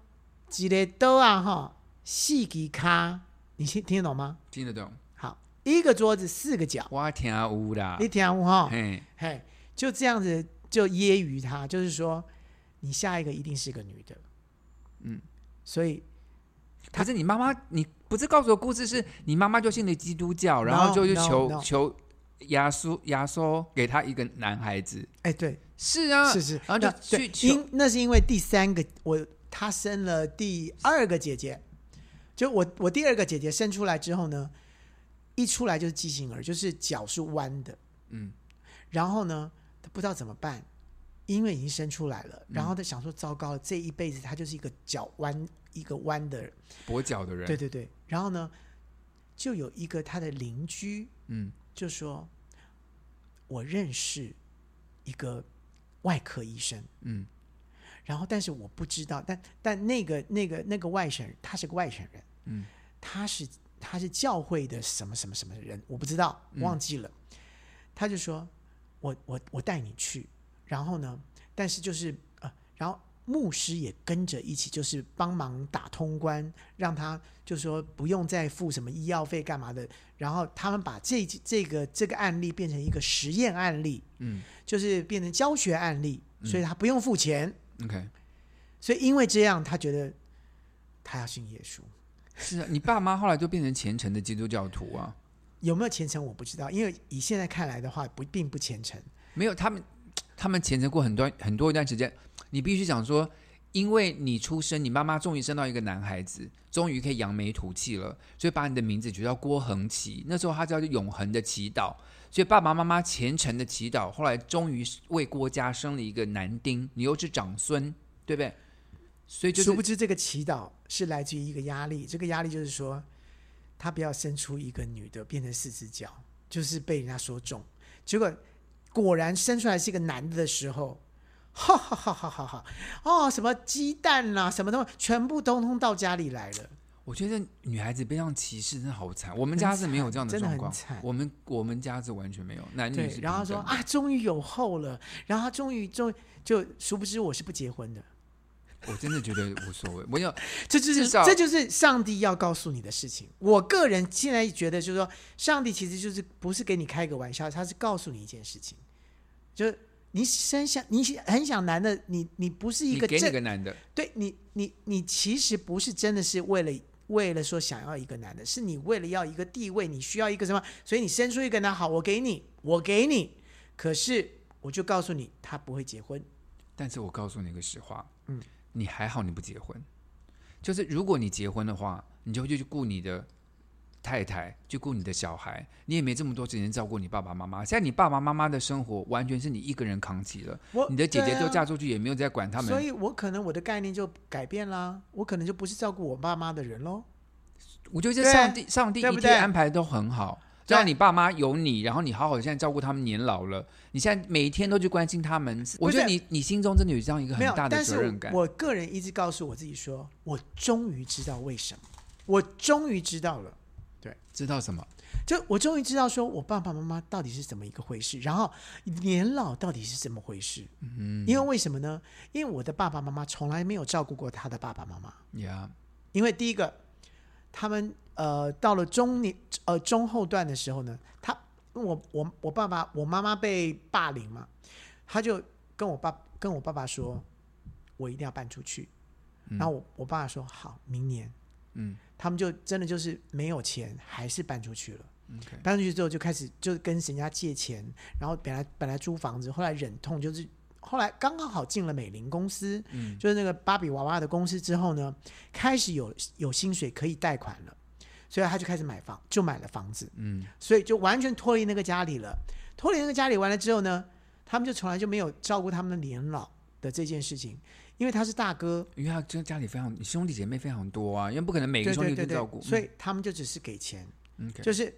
S1: 几个都啊哈，细吉卡，你听听得懂吗？
S2: 听得懂？
S1: 好，一个桌子四个角，
S2: 哇天啊呜啦
S1: 你，听有哈？
S2: 嘿，
S1: 嘿，就这样子就揶揄她，就是说你下一个一定是个女的，
S2: 嗯，
S1: 所以
S2: 可是你妈妈，你不是告诉我故事是你妈妈就信了基督教，然后
S1: No，
S2: 就去
S1: no，
S2: 求
S1: no
S2: 求亚苏亚苏给她一个男孩子，
S1: 哎，对，
S2: 是啊，
S1: 是是，
S2: 然后就
S1: 那对
S2: 去求
S1: 因那是因为第三个我她生了第二个姐姐，就我我第二个姐姐生出来之后呢，一出来就是畸形儿，就是脚是弯的，
S2: 嗯，
S1: 然后呢，她不知道怎么办。因为已经生出来了，然后她想说：“糟糕了，这一辈子她就是一个脚弯、一个弯的人。”
S2: 跛脚的人，
S1: 对对对，然后呢，就有一个他的邻居
S2: 嗯，
S1: 就说：“我认识一个外科医生，
S2: 嗯，
S1: 然后但是我不知道，但但那个那个那个外省人，他是个外省人，
S2: 嗯，
S1: 他是他是教会的什么什么什么人，我不知道，忘记了。他就说：“我我我带你去，然后呢，但是就是呃，然后牧师也跟着一起，就是帮忙打通关，让他就说不用再付什么医药费干嘛的。然后他们把这这个这个案例变成一个实验案例，
S2: 嗯，
S1: 就是变成教学案例，所以他不用付钱。
S2: OK，
S1: 所以因为这样，他觉得他要信耶稣。
S2: 是啊，你爸妈后来就变成虔诚的基督教徒啊，
S1: 有没有虔诚我不知道，因为以现在看来的话，不并不虔诚。
S2: 没有他们，他们虔诚过很多很多一段时间，你必须想说。因为你出生，你妈妈终于生到一个男孩子，终于可以扬眉吐气了，所以把你的名字取叫郭恒奇。那时候他叫做永恒的祈祷，所以爸爸妈妈虔诚的祈祷，后来终于为郭家生了一个男丁，你又是长孙，对不对？所以就是
S1: 殊不知这个祈祷是来自于一个压力，这个压力就是说，他不要生出一个女的变成四只脚，就是被人家说中。结果果然生出来是一个男的的时候，哈哈哈哈哈哈！哦，什么鸡蛋啦、什么东西，全部通通到家里来了。
S2: 我觉得女孩子被这样歧视真的好惨，我们家是没有这样
S1: 很惨
S2: 状况
S1: 真的很，惨
S2: 我们我们家是完全没有，男女
S1: 对
S2: 是，
S1: 然后
S2: 平
S1: 说
S2: 等的，
S1: 啊，终于有后了，然后他终于终于就殊不知我是不结婚的，
S2: 我真的觉得无所谓，我有
S1: 这就
S2: 至
S1: 是
S2: 少
S1: 这就是上帝要告诉你的事情。我个人现在觉得，就是说，上帝其实就是不是给你开个玩笑，他是告诉你一件事情，就是你生想你很想男的，你你不是一
S2: 你
S1: 个
S2: 给你
S1: 真
S2: 个男的，
S1: 对你你你其实不是真的是为了为了说想要一个男的，是你为了要一个地位，你需要一个什么，所以你生出一个男，好，我给你，我给你，可是我就告诉你，他不会结婚，
S2: 但是我告诉你一个实话，
S1: 嗯，
S2: 你还好你不结婚，就是如果你结婚的话，你就会去顾你的太太，去顾你的小孩，你也没这么多时间照顾你爸爸妈妈。现在你爸爸妈妈的生活完全是你一个人扛起了，
S1: 我
S2: 你的姐姐
S1: 对啊
S2: 都嫁出去，也没有在管他
S1: 所
S2: 们。
S1: 以我可能我的概念就改变啦，我可能就不是照顾我爸妈的人喽。
S2: 我觉得这
S1: 对
S2: 上帝上帝
S1: 对
S2: 一
S1: 不
S2: 切
S1: 对
S2: 安排都很好，
S1: 对
S2: 让你爸妈有你，然后你好好地现在照顾他们年老了，你现在每一天都去关心他们。我觉得你你心中真的有这样一个
S1: 没
S2: 很
S1: 有
S2: 大，的
S1: 但
S2: 责任
S1: 是
S2: 感。
S1: 我个人一直告诉我自己说，我终于知道为什么，我终于知道了，
S2: 知道什么？
S1: 就我终于知道说我爸爸妈妈到底是怎么一个回事，然后年老到底是怎么回事。嗯，因为为什么呢？因为我的爸爸妈妈从来没有照顾过他的爸爸妈妈，
S2: 呀、
S1: 因为第一个，他们呃到了中年呃中后段的时候呢，他我我我爸爸我妈妈被霸凌嘛，他就跟我爸跟我爸爸说，我一定要搬出去。然后我我爸爸说好，明年，
S2: 嗯，
S1: 他们就真的就是没有钱，还是搬出去了。
S2: OK
S1: 搬出去之后就开始就跟人家借钱，然后本来本来租房子，后来忍痛就是后来刚刚好进了美林公司，
S2: 嗯
S1: 就是那个芭比娃娃的公司之后呢，开始有有薪水可以贷款了，所以他就开始买房，就买了房子，
S2: 嗯，
S1: 所以就完全脱离那个家里了。脱离那个家里完了之后呢，他们就从来就没有照顾他们的年老的这件事情，因为他是大哥，
S2: 因为他这家里非常，你兄弟姐妹非常多啊，因为不可能每个
S1: 对
S2: 兄弟
S1: 对对
S2: 都
S1: 对
S2: 照顾，，
S1: 所以他们就只是给钱，
S2: 嗯 OK
S1: 就是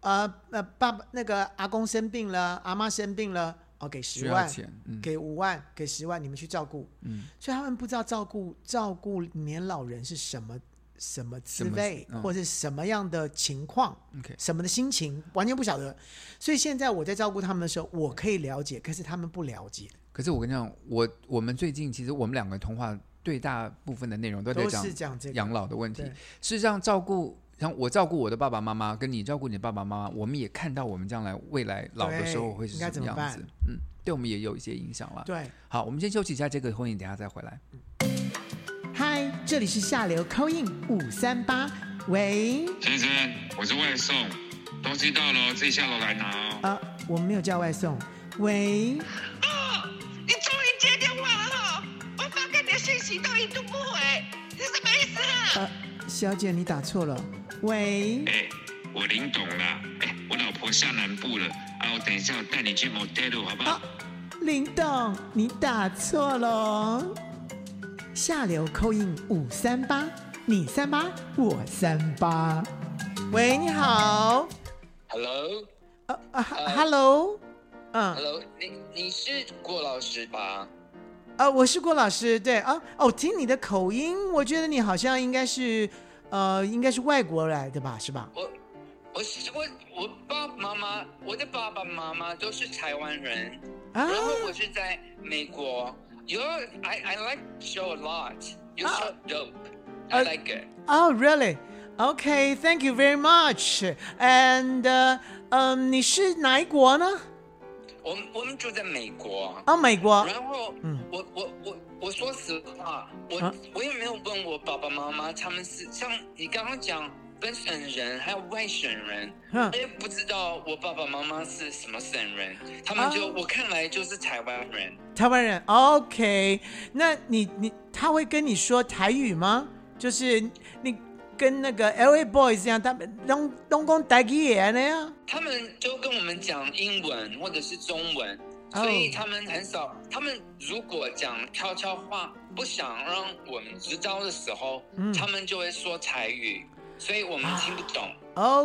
S1: 呃呃，爸爸那个阿公生病了，阿妈生病了，哦，给
S2: 需
S1: 十
S2: 要
S1: 万，
S2: 钱，嗯
S1: 给五万，给十万，你们去照顾。
S2: 嗯，
S1: 所以他们不知道照顾照顾年老人是什么什么滋
S2: 什么
S1: 味，
S2: 嗯
S1: 或者是什么样的情况，
S2: ，OK，
S1: 什么的心情，完全不晓得。所以现在我在照顾他们的时候，我可以了解，可是他们不了解，
S2: 可是我跟你讲，我我们最近其实我们两个通话对大部分的内容都在
S1: 都
S2: 讲
S1: 是讲这个。
S2: 养老的问题
S1: 对。
S2: 事实上，照顾像我照顾我的爸爸妈妈，跟你照顾你的爸爸妈妈，我们也看到我们将来未来老的时候会是
S1: 应该
S2: 什
S1: 怎么
S2: 样子
S1: 办，
S2: 嗯，对我们也有一些影响了。
S1: 对，
S2: 好，我们先休息一下这个婚姻，等一下再回来。
S1: 嗨，这里是下流 c i n 五三八，喂，
S3: 先生，我是外送，东西到了哦自己下楼来拿哦。
S1: 呃，我们没有叫外送，喂，
S4: 哦，你终于接电话了哈、我发给你的信息都一度不回，是什么意思啊？
S1: 呃，小姐你打错了，喂，
S3: 哎、我领懂了，哎、我老婆下南部了，啊，我等一下我带你去 motel 好不好？
S1: 啊林董，你打错了哦。下流扣印五三八，你三八，我三八。喂，你好，
S5: Hello，Hello，
S1: 呃啊哈，Hello，嗯，
S5: 你你是郭老师吧？
S1: 呃，我是郭老师，对啊，哦，听你的口音，我觉得你好像应该是，呃，应该是外国来的吧，是吧？
S5: 我我是我我爸爸妈妈，我的爸爸妈妈都是台湾人，
S1: 啊，
S5: 然后我是在美国。You know, I I like show a lot. You so dope. I like it.
S1: Oh, really? Okay, thank you very much. And, uh, um, 你是哪一国呢？
S5: 我们我们住在美国，
S1: 啊，美国。
S5: 然后
S1: 嗯
S5: 我我我我说实话，我、
S1: 啊
S5: 我也没有问我爸爸妈妈，他们是像你刚刚讲本省人还有外省人，
S1: 嗯
S5: 我也不知道我爸爸妈妈是什么省人，他们就、
S1: 啊
S5: 我看来就是台湾人，
S1: 台湾人，OK？那你你他会跟你说台语吗？就是你跟那个 LA Boys 一样，他们拢拢讲台语的那样。
S5: 他们就跟我们讲英文或者是中文，
S1: 哦
S5: 所以他们很少，他们如果讲悄悄话，不想让我们知道的时候，
S1: 嗯啊
S5: 他们就会说台语，所以我们听不懂。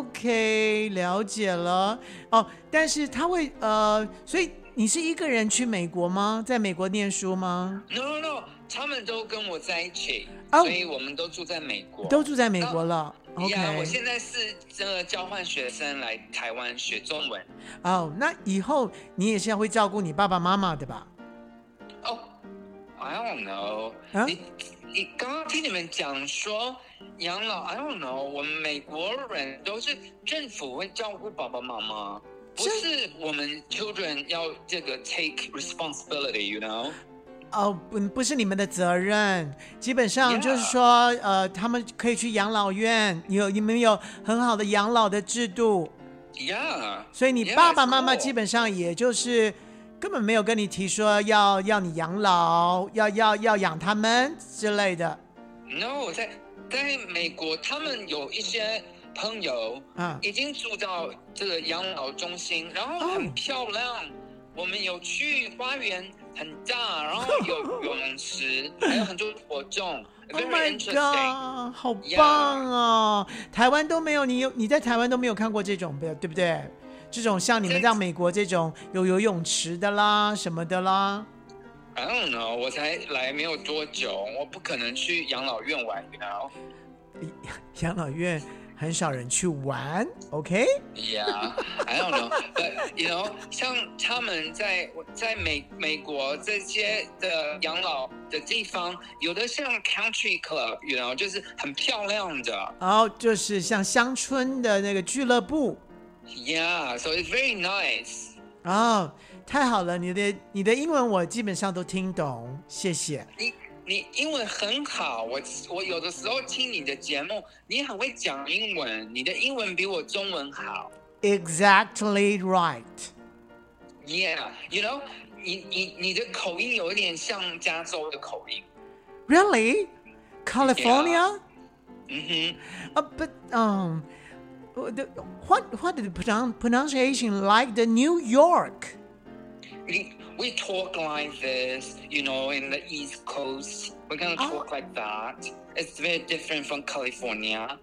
S1: OK，了解了。哦，但是他会呃，所以你是一个人去美国吗？在美国念书吗？
S5: No no no，他们都跟我在一起
S1: 哦
S5: 所以我呃们都住在美国。
S1: 都住在美国了。OK，
S5: 呀我现在是呃交换学生来台湾学中文。
S1: 哦，那以后你也是要会照顾你爸爸妈妈的吧？
S5: 哦、i don't know，、
S1: 啊
S5: 你你刚刚听你们讲说养老，I don't know，我们美国人都是政府会照顾爸爸妈妈。不
S1: 这
S5: 是我们 children 要这个 take responsibility，you know？
S1: 哦，不，不是你们的责任，基本上
S5: Yeah.
S1: 就是说呃，他们可以去养老院，有你们有很好的养老的制度，
S5: Yeah，
S1: 所以你
S5: Yeah,
S1: 爸爸妈妈
S5: it's cool.
S1: 基本上也就是根本没有跟你提说要要你养老，要要要养他们之类的。
S5: No，在在美国，他们有一些朋友
S1: 啊
S5: 已经住到这个养老中心，然后很
S1: 哦
S5: 漂亮。我们有去花园很大，然后有游泳池，还有很多 活动。
S1: Oh
S5: very
S1: my
S5: interesting。
S1: god，好
S5: Yeah
S1: 棒哦！台湾都没有，你有你在台湾都没有看过这种，对对不对？这种像你们
S5: 对
S1: 在美国这种有游泳池的啦，什么的啦，
S5: I don't know，我才来没有多久，我不可能去养老院玩，you know？Yeah。
S1: 养老院很少人去玩，OK？
S5: I don't know，but you know，像他们在在美美国这些的养老的地方，有的像 country club，you know，就是很漂亮的
S1: 然后哦就是像乡村的那个俱乐部
S5: ，yeah，so it's very nice。
S1: 啊、哦，太好了！你的你的英文我基本上都听懂，谢谢。
S5: 你你英文很好，我我有的时候听你的节目，你很会讲英文，你的英文比我中文好。
S1: Exactly right。
S5: Yeah，you know，你你你的口音有一点像加州的口音。
S1: Really? California?
S5: 嗯哼，
S1: Uh, but um, uh, the, what what did the pronoun- pronunciation like the New York?
S5: 你 we talk like this，you know，in the East Coast，we're gonna talk like that. It's very different from California.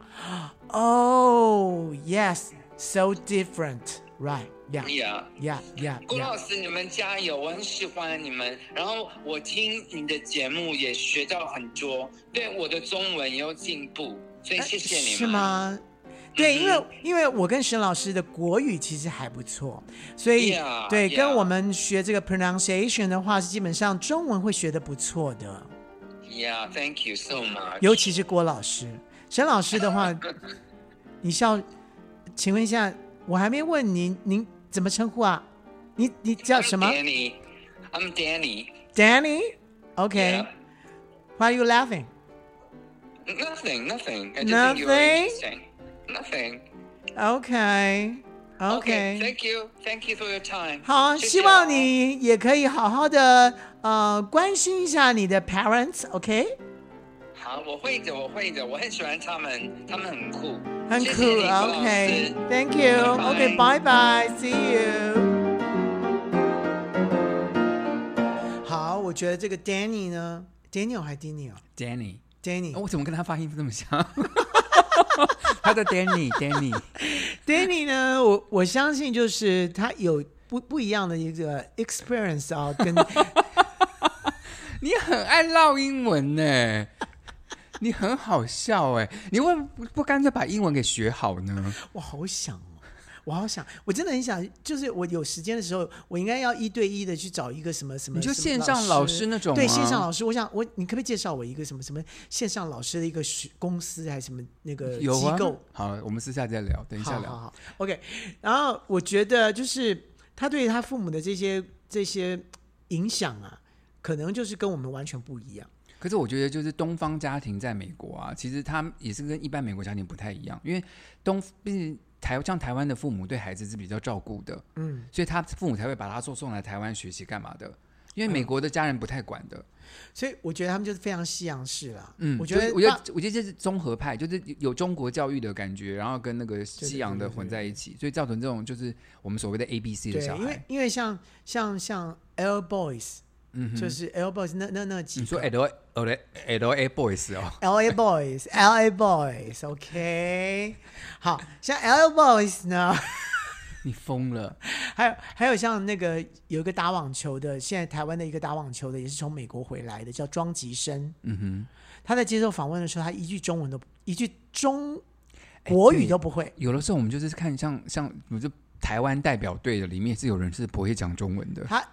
S1: Oh yes, so different. Right? Yeah.
S5: Yeah.
S1: Yeah. Yeah.
S5: 郭
S1: yeah.
S5: 老师，你们加油！我很喜欢你们，然后我听你的节目也学到很多，对我的中文也有进步，所以谢谢你们。
S1: Uh,
S5: Mm-hmm.
S1: 是？吗？对，因为因为我跟沈老师的国语其实还不错，所以
S5: Yeah,
S1: 对
S5: yeah.
S1: 跟我们学这个 pronunciation 的话，是基本上中文会学的不错的，
S5: Yeah, thank you so much.
S1: 尤其是郭老师。沈老师的话，你笑，请问一下，我还没问您，您怎么称呼啊？你你叫什么
S5: I'm Danny. I'm Danny.
S1: ？Danny？OK，Why、
S5: Yeah.
S1: are you laughing？
S5: Nothing, nothing. I just think you're
S1: Nothing?
S5: interesting. Nothing.
S1: OK OK，
S5: Thank you. Thank you for your time.
S1: 好，
S5: 谢谢
S1: 希望
S5: 哦
S1: 你也可以好好的呃关心一下你的 parents，OK？、
S5: 好，我会的，我会的，我很喜欢他们，他们很酷，
S1: 很
S5: 谢
S1: 酷
S5: 谢你郭老师
S1: ，OK？Thank you，OK，拜
S5: 拜
S1: 拜，See you。好，我觉得这个 Danny 呢，Daniel 还 Daniel，Danny，
S2: Danny，哦我怎么跟他发音这 么像？他叫 Danny，Danny。
S1: Danny 呢，我我相信就是他有不不一样的一个 experience 啊， 跟
S2: 你很爱唠英文呢， 你很好笑哎，你为什么不不干脆把英文给学好呢？
S1: 我好想哦，我好想，我真的很想，就是我有时间的时候，我应该要一对一的去找一个什么什么，
S2: 你就
S1: 什么
S2: 线上老
S1: 老
S2: 师那种啊
S1: 对
S2: 吗
S1: 线上老师，我想我你可不可以介绍我一个什么什么线上老师的一个学公司还是什么那个
S2: 有啊
S1: 机构？，
S2: 好，我们私下再聊，等一下
S1: 好
S2: 聊。
S1: 好好，OK。然后我觉得就是他对他父母的这些这些影响啊，可能就是跟我们完全不一样。
S2: 可是我觉得，就是东方家庭在美国啊，其实他们也是跟一般美国家庭不太一样，因为东毕竟台像台湾的父母对孩子是比较照顾的，
S1: 嗯，
S2: 所以他父母才会把他送送来台湾学习干嘛的。因
S1: 嗯
S2: 为美国的家人不太管的，
S1: 所以我觉得他们就是非常西洋式啦。
S2: 嗯，
S1: 我觉
S2: 就
S1: 得
S2: 是我觉
S1: 爸
S2: 得，我觉得这是综合派，就是有中国教育的感觉，然后跟那个西洋的混在一起，所以造成这种就是我们所谓的 A B C 的
S1: 对
S2: 小，
S1: 因为
S2: 孩。
S1: 因为像像像 L Boys，
S2: 嗯
S1: 就
S2: 哼，
S1: 是 L Boys 那那那几
S2: 你说
S1: 个
S2: L L L A Boys 哦，
S1: L A Boys L A Boys，OK，、好像 L A Boys 呢，
S2: 你疯了！
S1: 还有还有像那个有一个打网球的，现在台湾的一个打网球的也是从美国回来的，叫庄吉生。
S2: 嗯
S1: 他在接受访问的时候，他一句中文都不一句中国语
S2: 哎对
S1: 都不会
S2: 哼，。有的时候我们就是看像像我就台湾代表队的里面是有人是不会讲中文的
S1: 他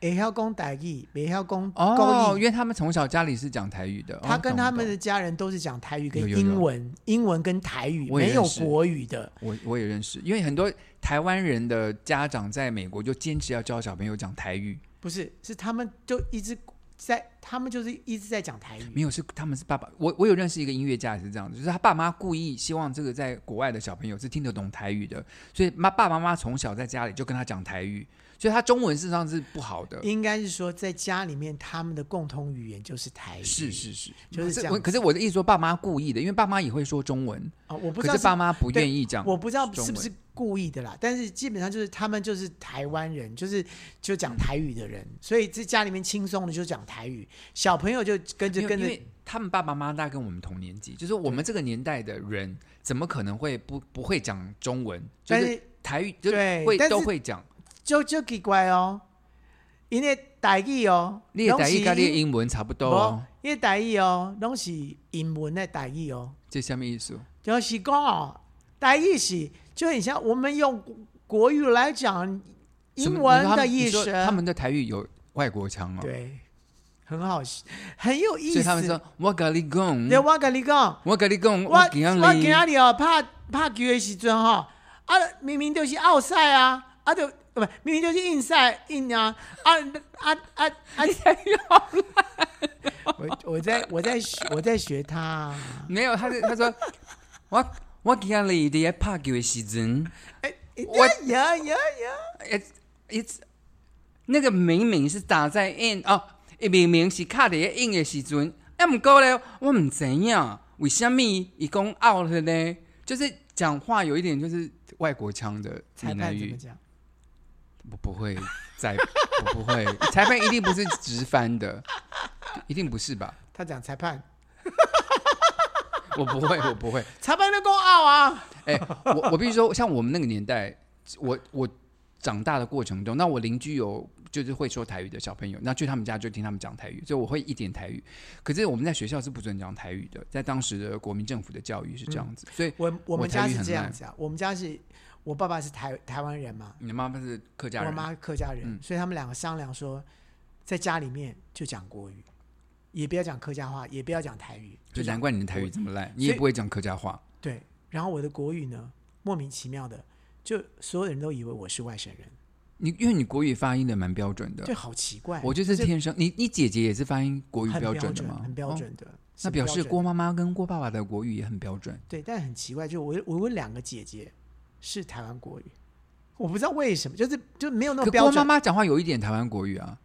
S1: 也要讲台语，也要讲
S2: 哦，
S1: 国
S2: 因
S1: 语。
S2: 为他们从小家里是讲台语的。哦
S1: 他跟
S2: 懂
S1: 他们
S2: 懂
S1: 的家人都是讲台语跟
S2: 有有有
S1: 英文，英文跟台语
S2: 我也
S1: 没有
S2: 认识
S1: 国语的。
S2: 我我也认识，因为很多台湾人的家长在美国就坚持要教小朋友讲台语，
S1: 不是，是他们就一直在他们就是一直在讲台语，
S2: 没有，是他们是爸爸。我我有认识一个音乐家也是这样子，就是他爸妈故意希望这个在国外的小朋友是听得懂台语的，所以妈爸爸妈妈从小在家里就跟他讲台语，所以他中文事实上是不好的。
S1: 应该是说在家里面他们的共同语言就是台语。
S2: 是是是，
S1: 就是这样
S2: 可我可是我的意思说，爸妈故意的，因为爸妈也会说中文，
S1: 啊、我不知
S2: 可
S1: 道
S2: 是爸妈不愿意讲。
S1: 我不知道
S2: 中
S1: 是不
S2: 文
S1: 是故意的啦，但是基本上就是他们就是台湾人，就是就讲台语的人，所以在家里面轻松的就讲台语，小朋友就跟着
S2: 因为
S1: 跟
S2: 因
S1: 着
S2: 为他们爸爸妈妈大概跟我们同年纪，就是我们这个年代的人，怎么可能会不不会讲中文？就
S1: 但
S2: 是
S1: 是
S2: 台语就
S1: 对
S2: 会
S1: 但是
S2: 都会讲。
S1: 就就奇怪哦，因为台语哦，
S2: 你的台语跟你的
S1: 语
S2: 英文差不多
S1: 不
S2: 哦，，
S1: 因为台语哦，拢是英文的台语哦，
S2: 这下面意思。
S1: 就是讲哦，台语是就很像我们用国语来讲
S2: 什
S1: 英
S2: 么
S1: 文
S2: 你说他
S1: 的
S2: 们
S1: 意
S2: 你说
S1: 思，
S2: 他们的台语有外国腔哦，
S1: 对，很好，很有意思。
S2: 所以他们说我跟你
S1: 对，
S2: 讲，
S1: 我跟你讲。
S2: 我跟你讲，
S1: 我我
S2: 今
S1: 今
S2: 日
S1: 仔日哦，拍拍球的时阵吼，啊，明明就是奥赛啊，啊就不明明就是硬赛硬啊，啊啊啊啊！我我在我在学我在学他、啊，
S2: 没有，他是他说 我我今日在拍球的时阵，
S1: 我哎呀呀呀，
S2: i t s 那个明明是打在 in 哦，他明明是卡在 in 的时阵，啊，唔过咧，我唔知影为什么伊讲 out 呢？就是讲话有一点就是外国腔的
S1: 裁
S2: 闽南
S1: 判怎
S2: 语
S1: 么，讲？
S2: 不不会在我不会，裁判一定不是直翻的，一定不是吧？
S1: 他讲裁判，
S2: 我不会，我不会。
S1: 裁判都够傲啊！
S2: 哎、我我必须说，像我们那个年代，我我长大的过程中，那我邻居有就是会说台语的小朋友，那去他们家就听他们讲台语，所以我会一点台语。可是我们在学校是不准讲台语的，在当时的国民政府的教育是这样
S1: 嗯
S2: 子，所以
S1: 我我
S2: 我
S1: 们家
S2: 台语
S1: 是
S2: 很
S1: 这样
S2: 烂
S1: 子啊，我们家是我爸爸是台台湾人嘛，
S2: 你的妈妈是客家
S1: 我
S2: 人，
S1: 妈客家人，
S2: 嗯
S1: 所以他们两个商量说，在家里面就讲国语，也不要讲客家话，也不要讲台语，
S2: 就
S1: 就
S2: 难
S1: 讲
S2: 怪你的台语这么烂，你
S1: 所
S2: 也
S1: 以
S2: 不会讲客家话。
S1: 对。然后我的国语呢，莫名其妙的，就所有人都以为我是外省人，
S2: 你因为你国语发音的蛮标准的
S1: 这，好奇怪。
S2: 我就是天生。你你姐姐也是发音国语
S1: 哎很标
S2: 准的吗？
S1: 很标
S2: 哦
S1: 准的。
S2: 那
S1: 是
S2: 表示
S1: 标准
S2: 郭妈妈跟郭爸爸的国语也很标准。
S1: 对，但很奇怪，就我我问两个姐姐是台湾国语，我不知道为什么，就是就没有那
S2: 可
S1: 种标
S2: 郭
S1: 准。
S2: 妈妈讲话有一点台湾国语啊，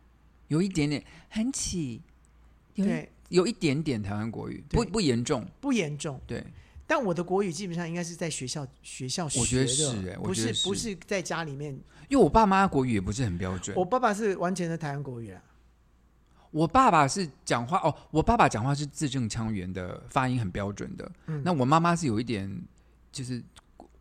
S2: 有一点点很起，有一
S1: 对，
S2: 有一点点台湾国语，不
S1: 对
S2: 不严重。
S1: 不严重。
S2: 对，
S1: 但我的国语基本上应该是在学校学校学的，
S2: 我觉得是欸我
S1: 不
S2: 觉得
S1: 是不
S2: 是
S1: 是在家里面
S2: 因为我爸妈国语也不是很标准。
S1: 我
S2: 我
S1: 爸爸是完全的台湾国语啦，
S2: 爸爸是讲话哦，我爸爸讲话是字正腔圆的，发音很标准的。
S1: 嗯
S2: 那我妈妈是有一点就是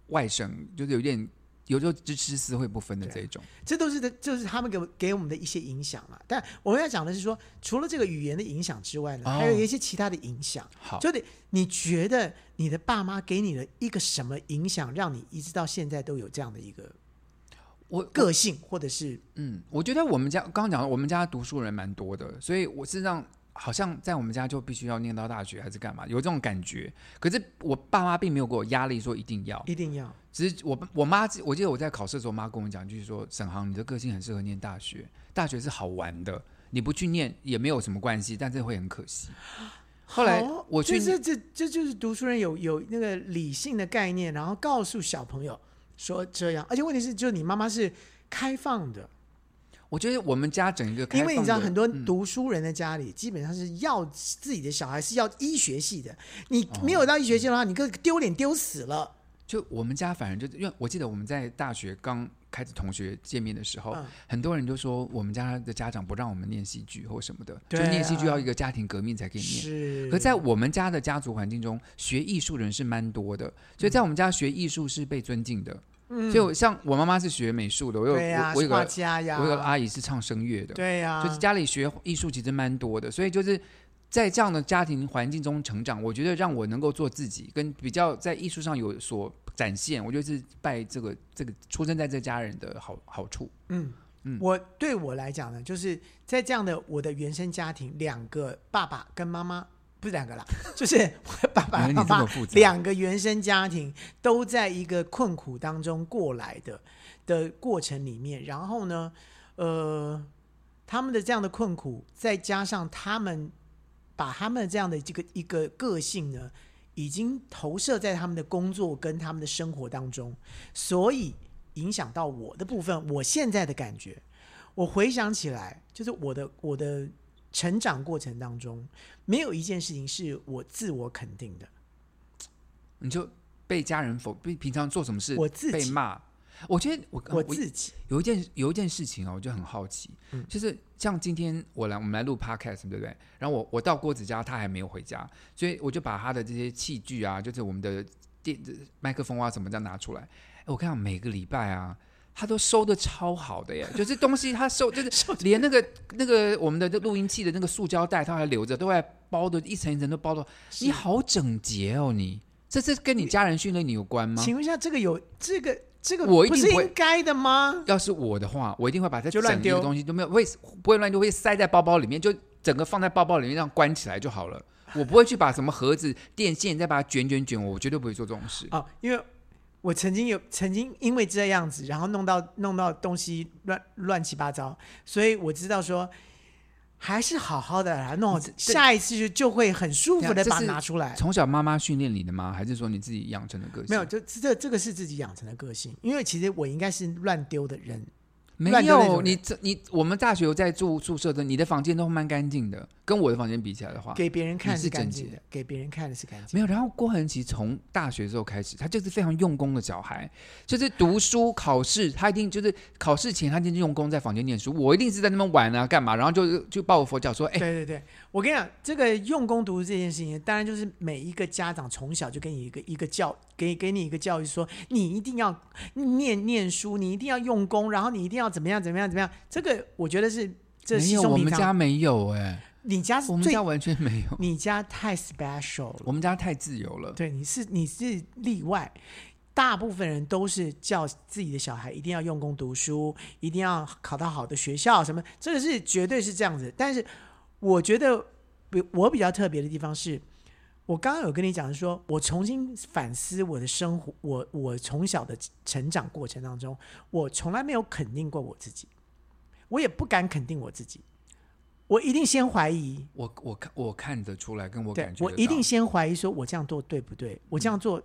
S2: 外省，就是有一点有时候知吃思会不分的这一种。
S1: 这都是的，就是他们给我给我们的一些影响嘛。但我们要讲的是说，除了这个语言的影响之外呢，
S2: 哦
S1: 还有一些其他的影响。
S2: 好，
S1: 就得你觉得你的爸妈给你了一个什么影响，让你一直到现在都有这样的一个
S2: 我
S1: 个性，或者是
S2: 嗯，我觉得我们家刚刚讲了，我们家读书人蛮多的，所以我事实上好像在我们家就必须要念到大学还是干嘛，有这种感觉。可是我爸妈并没有给我压力说一定要，
S1: 一定要
S2: 只是我我妈，我记得我在考试的时候，我妈跟我讲，就是说沈航，你的个性很适合念大学，大学是好玩的，你不去念也没有什么关系，但是会很可惜。后来
S1: 好
S2: 我去
S1: 这这这这就是读书人有有那个理性的概念，然后告诉小朋友说这样，而且问题是，就你妈妈是开放的，
S2: 我觉得我们家整一个开
S1: 因为你知道，
S2: 放的嗯
S1: 很多读书人的家里、基本上是要自己的小孩是要医学系的，你
S2: 哦
S1: 没有到医学系的话，你个丢脸丢死了。
S2: 就我们家反正就是因为我记得我们在大学刚开始同学见面的时候，
S1: 嗯
S2: 很多人就说我们家的家长不让我们念戏剧或什么的，就
S1: 对啊
S2: 念戏剧要一个家庭革命才可以念。
S1: 是
S2: 可在我们家的家族环境中，学艺术人是蛮多的，所以在我们家学艺术是被尊敬的。所以我像我妈妈是学美术的，我有、
S1: 嗯对呀、
S2: 我我
S1: 是
S2: 有
S1: 画啊
S2: 个
S1: 家呀，
S2: 我有个阿姨是唱声乐的，
S1: 对呀、
S2: 就是家里学艺术其实蛮多的，所以就是在这样的家庭环境中成长，我觉得让我能够做自己，跟比较在艺术上有所展现，我觉得是拜这个这个出生在这家人的好好处。
S1: 嗯。我对我来讲呢，就是在这样的我的原生家庭，两个爸爸跟妈妈不是两个啦，就是我的爸爸
S2: 原来你
S1: 妈
S2: 这
S1: 妈
S2: 么复杂
S1: 两个原生家庭都在一个困苦当中过来的的过程里面，然后呢，呃，他们的这样的困苦，再加上他们把他们这样的这个一个个性呢，已经投射在他们的工作跟他们的生活当中，所以影响到我的部分，我现在的感觉，我回想起来，就是我的我的成长过程当中，没有一件事情是我自我肯定的。
S2: 你就被家人否，被平常做什么事
S1: 我自己
S2: 被骂。我觉得呃我
S1: 我自己
S2: 有一件有一件事情哦，我就很好奇，就是像今天我来我们来录 podcast 对不对？然后我我到郭子家，他还没有回家，所以我就把他的这些器具啊，就是我们的电麦克风啊什么这样拿出来。哎，我看到每个礼拜啊。他都收的超好的耶， 就是东西他收，就是连那个那个我们的录音器的那个塑胶袋，他还留着，都还包的一层一层都包的。你好整洁哦，你这是跟你家人训练你有关吗？
S1: 请问一下，这个有这个这个
S2: 我一
S1: 不
S2: 定
S1: 是
S2: 不会
S1: 应该的吗？
S2: 要是我的话，我一定会把它
S1: 就
S2: 整
S1: 乱
S2: 个
S1: 丢
S2: 东西都没有会不会乱丢，会塞在包包里面，就整个放在包包里面，这样关起来就好了。我不会去把什么盒子、电线再把它卷卷卷，我绝对不会做这种事。
S1: 哦，因为我曾经有曾经因为这样子，然后弄到弄到东西乱乱七八糟，所以我知道说还是好好的把它
S2: 嗯
S1: 弄好，下一次就就会很舒服的
S2: 啊这
S1: 把它
S2: 是
S1: 拿出来。
S2: 从小妈妈训练你的吗？还是说你自己养成的个性？
S1: 没有，就这这个是自己养成的个性，因为其实我应该是乱丢的人，
S2: 没
S1: 乱丢那种
S2: 有。
S1: 人
S2: 你这你我们大学有在住宿舍的，你的房间都蛮干净的，跟我的房间比起来的话，
S1: 给别人看
S2: 啊你是
S1: 是干
S2: 整
S1: 净
S2: 洁
S1: 的，给别人看的是干净
S2: 没有，然后郭恒琪从大学之后开始，他就是非常用功的小孩，就是读书、考试，他一定就是考试前他一定用功在房间念书，我一定是在那边玩啊，干嘛？然后就就抱我佛脚说，哎、
S1: 的。对对对，我跟你讲，这个用功读书这件事情，当然就是每一个家长从小就给你一个一个教，给给你一个教育说，你一定要念念书，你一定要用功，然后你一定要怎么样怎么样怎么样。这个我觉得是这
S2: 没
S1: 稀
S2: 有，
S1: 松
S2: 我
S1: 平
S2: 们家
S1: 常。
S2: 没有、哎，
S1: 你家是
S2: 我们
S1: 最嗯
S2: 家，完全没有，
S1: 你家太 special 了。
S2: 我们家太自由了。
S1: 对，你是你是例外，大部分人都是叫自己的小孩一定要用功读书，一定要考到好的学校，什么这个是绝对是这样子。但是我觉得比我比较特别的地方是，我刚刚有跟你讲说，我重新反思我的生活，我我从小的成长过程当中，我从来没有肯定过我自己，我也不敢肯定我自己，我一定先怀疑，
S2: 我我看我看得出来，跟我
S1: 对
S2: 感觉
S1: 我
S2: 得
S1: 一定
S2: 到嗯
S1: 先怀疑说我这样做对不对，我这样做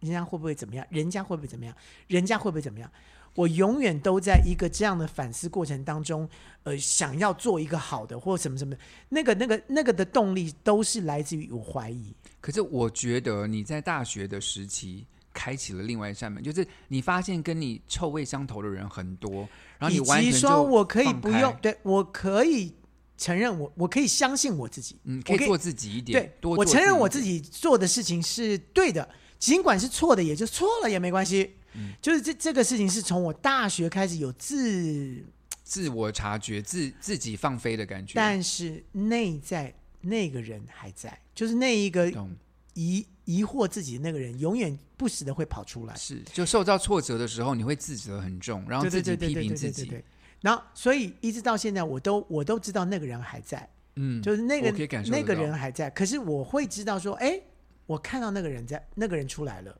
S1: 人家会不会怎么样，人家会不会怎么样，人家会不会怎么样？我永远都在一个这样的反思过程当中，呃，想要做一个好的或什么什么，那个那个那个的动力都是来自于我怀疑。
S2: 可是我觉得你在大学的时期开启了另外一扇门，就是你发现跟你臭味相投的人很多，然后你
S1: 以
S2: 完
S1: 及
S2: 全
S1: 说
S2: 就
S1: 我可以
S2: 放
S1: 不
S2: 开
S1: 用，对我可以承认我，我可以相信我自己，
S2: 嗯，可
S1: 我
S2: 以做自己一点，
S1: 对，
S2: 多
S1: 我
S2: 做
S1: 承认
S2: 一
S1: 我自
S2: 点
S1: 己做的事情是对的，尽管是错的，也就错了也没关系。就是这这个事情是从我大学开始有自，
S2: 自我察觉、自自己放飞的感觉。
S1: 但是内在那个人还在，就是那一个
S2: 懂
S1: 疑疑惑自己的那个人，永远不时的会跑出来。
S2: 是，就受到挫折的时候，你会自责很重，然后
S1: 对
S2: 自
S1: 对对
S2: 己
S1: 对
S2: 批
S1: 对
S2: 评
S1: 对
S2: 自
S1: 对对
S2: 己。
S1: 对。然后，所以一直到现在，我都我都知道那个人还在，
S2: 嗯，
S1: 就是那个
S2: 我可以感受得
S1: 那个
S2: 到
S1: 人还在，可是我会知道说，哎，我看到那个人在，那个人出来了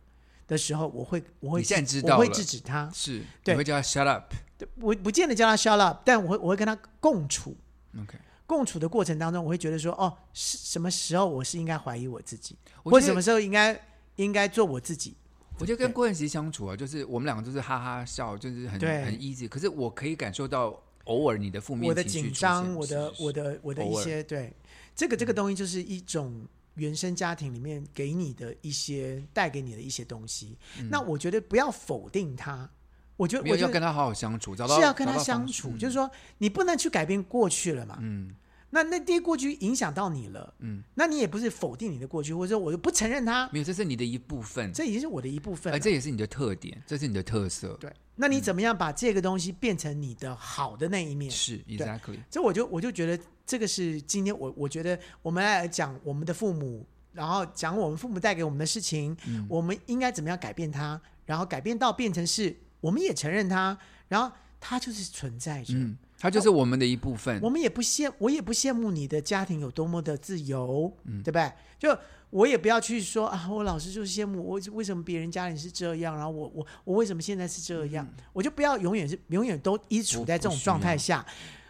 S1: 的时候，我会我会
S2: 你现在知
S1: 制
S2: 道
S1: 我会
S2: 了
S1: 制止他，
S2: 是，你
S1: 对
S2: 会叫他 shut up。
S1: 对我不见得叫他 shut up，但我会我会跟他共处，
S2: OK，
S1: 共处的过程当中，我会觉得说，哦，是什么时候我是应该怀疑我自己，
S2: 我
S1: 或
S2: 觉
S1: 什
S2: 得
S1: 么时候应该应该做我自己，
S2: 我觉得跟郭彦琪相处啊，就是我们两个就是哈哈笑，就是很
S1: 对
S2: 很 easy。可是我可以感受到偶尔你的负面
S1: 我的
S2: 情绪
S1: 紧
S2: 出
S1: 张，
S2: 现
S1: 我
S2: 是
S1: 的
S2: 是
S1: 我的我的一
S2: 偶尔嗯
S1: 些对这个这个东西就是一种原生家庭里面给你的一些带给你的一些东西。那我觉得不要否定它，我觉得
S2: 嗯没有
S1: 我觉
S2: 要
S1: 得
S2: 跟他好好相处，找到
S1: 是要跟
S2: 找
S1: 他
S2: 到
S1: 相
S2: 方式
S1: 处，
S2: 嗯
S1: 就是说你不能去改变过去了嘛。
S2: 嗯，
S1: 那那些过去影响到你了，
S2: 嗯，
S1: 那你也不是否定你的过去，或者说我就不承认它，
S2: 没有，这是你的一部分，
S1: 这已经是我的一部分了。
S2: 而哎这也是你的特点，这是你的特色，
S1: 对，那你怎么样把这个东西变成你的好的那一面？
S2: 是 exactly。
S1: 这我就我就觉得这个是今天我我觉得我们来讲我们的父母，然后讲我们父母带给我们的事情，我们应该怎么样改变它，然后改变到变成是我们也承认它，然后它就是存在着。
S2: 嗯，它就是我们的一部分
S1: 我。们也不羡，我也不羡慕你的家庭有多么的自由，嗯，对不对？就我也不要去说啊，我老是就是羡慕我为什么别人家里是这样，然后我我嗯我为什么现在是这样，我就不要永远是永远都一直处在这种状态下。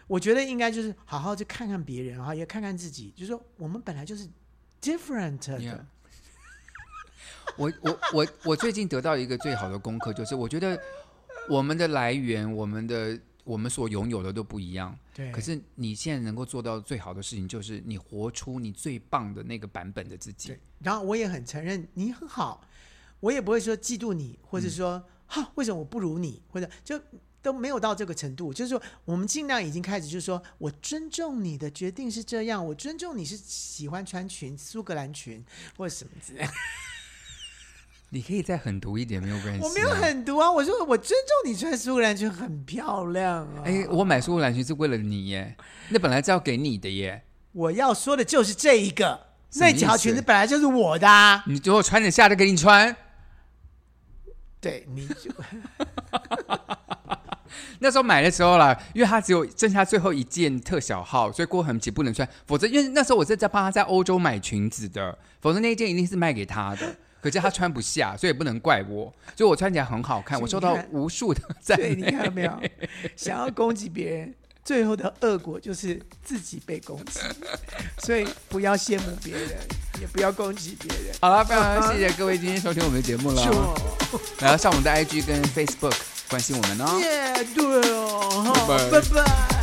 S1: 我觉得应该就是好好去看看别人，然后也看看自己，就是说我们本来就是 different 的
S2: Yeah 我我我我最近得到一个最好的功课，就是我觉得我们的来源，我们的我们所拥有的都不一样。
S1: 对，
S2: 可是你现在能够做到最好的事情，就是你活出你最棒的那个版本的自己
S1: 对。，然后我也很承认你很好，我也不会说嫉妒你，或者
S2: 嗯
S1: 说哈、为什么我不如你，或者就都没有到这个程度。就是说，我们尽量已经开始，就是说我尊重你的决定是这样，我尊重你是喜欢穿裙苏格兰裙或者什么 之类的。
S2: 啊你可以再狠毒一点，没有关系、啊。
S1: 我没有。狠毒啊，我说我尊重你穿苏格兰裙很漂亮啊。
S2: 哎，我买苏格兰裙是为了你耶，那本来是要给你的耶，
S1: 我要说的就是这一个，
S2: 什么
S1: 那
S2: 意思
S1: 几条裙子本来就是我的、啊，
S2: 你最后穿得下就给你穿。
S1: 对，你就。
S2: 那时候买的时候啦，因为它只有剩下最后一件特小号，所以郭恒琪不能穿，否则因为那时候我是在帮他在欧洲买裙子的，否则那一件一定是卖给他的。可是他穿不下，所以也不能怪我，所以我穿起来很好
S1: 所
S2: 看，
S1: 以
S2: 我
S1: 你
S2: 受到
S1: 看
S2: 无数的 赞
S1: 对，你
S2: 美。
S1: 看到没有？想要攻击别人，最后的恶果就是自己被攻击。所以不要羡慕别人，也不要攻击别人。
S2: 好了，非常谢谢各位今天收听我们的节目
S1: 是
S2: 了，
S1: 哦，
S2: 然后上我们的 IG 跟 Facebook 关心我们哦。
S1: 耶，对哦，哈
S2: 拜
S1: 拜
S2: 拜
S1: 拜。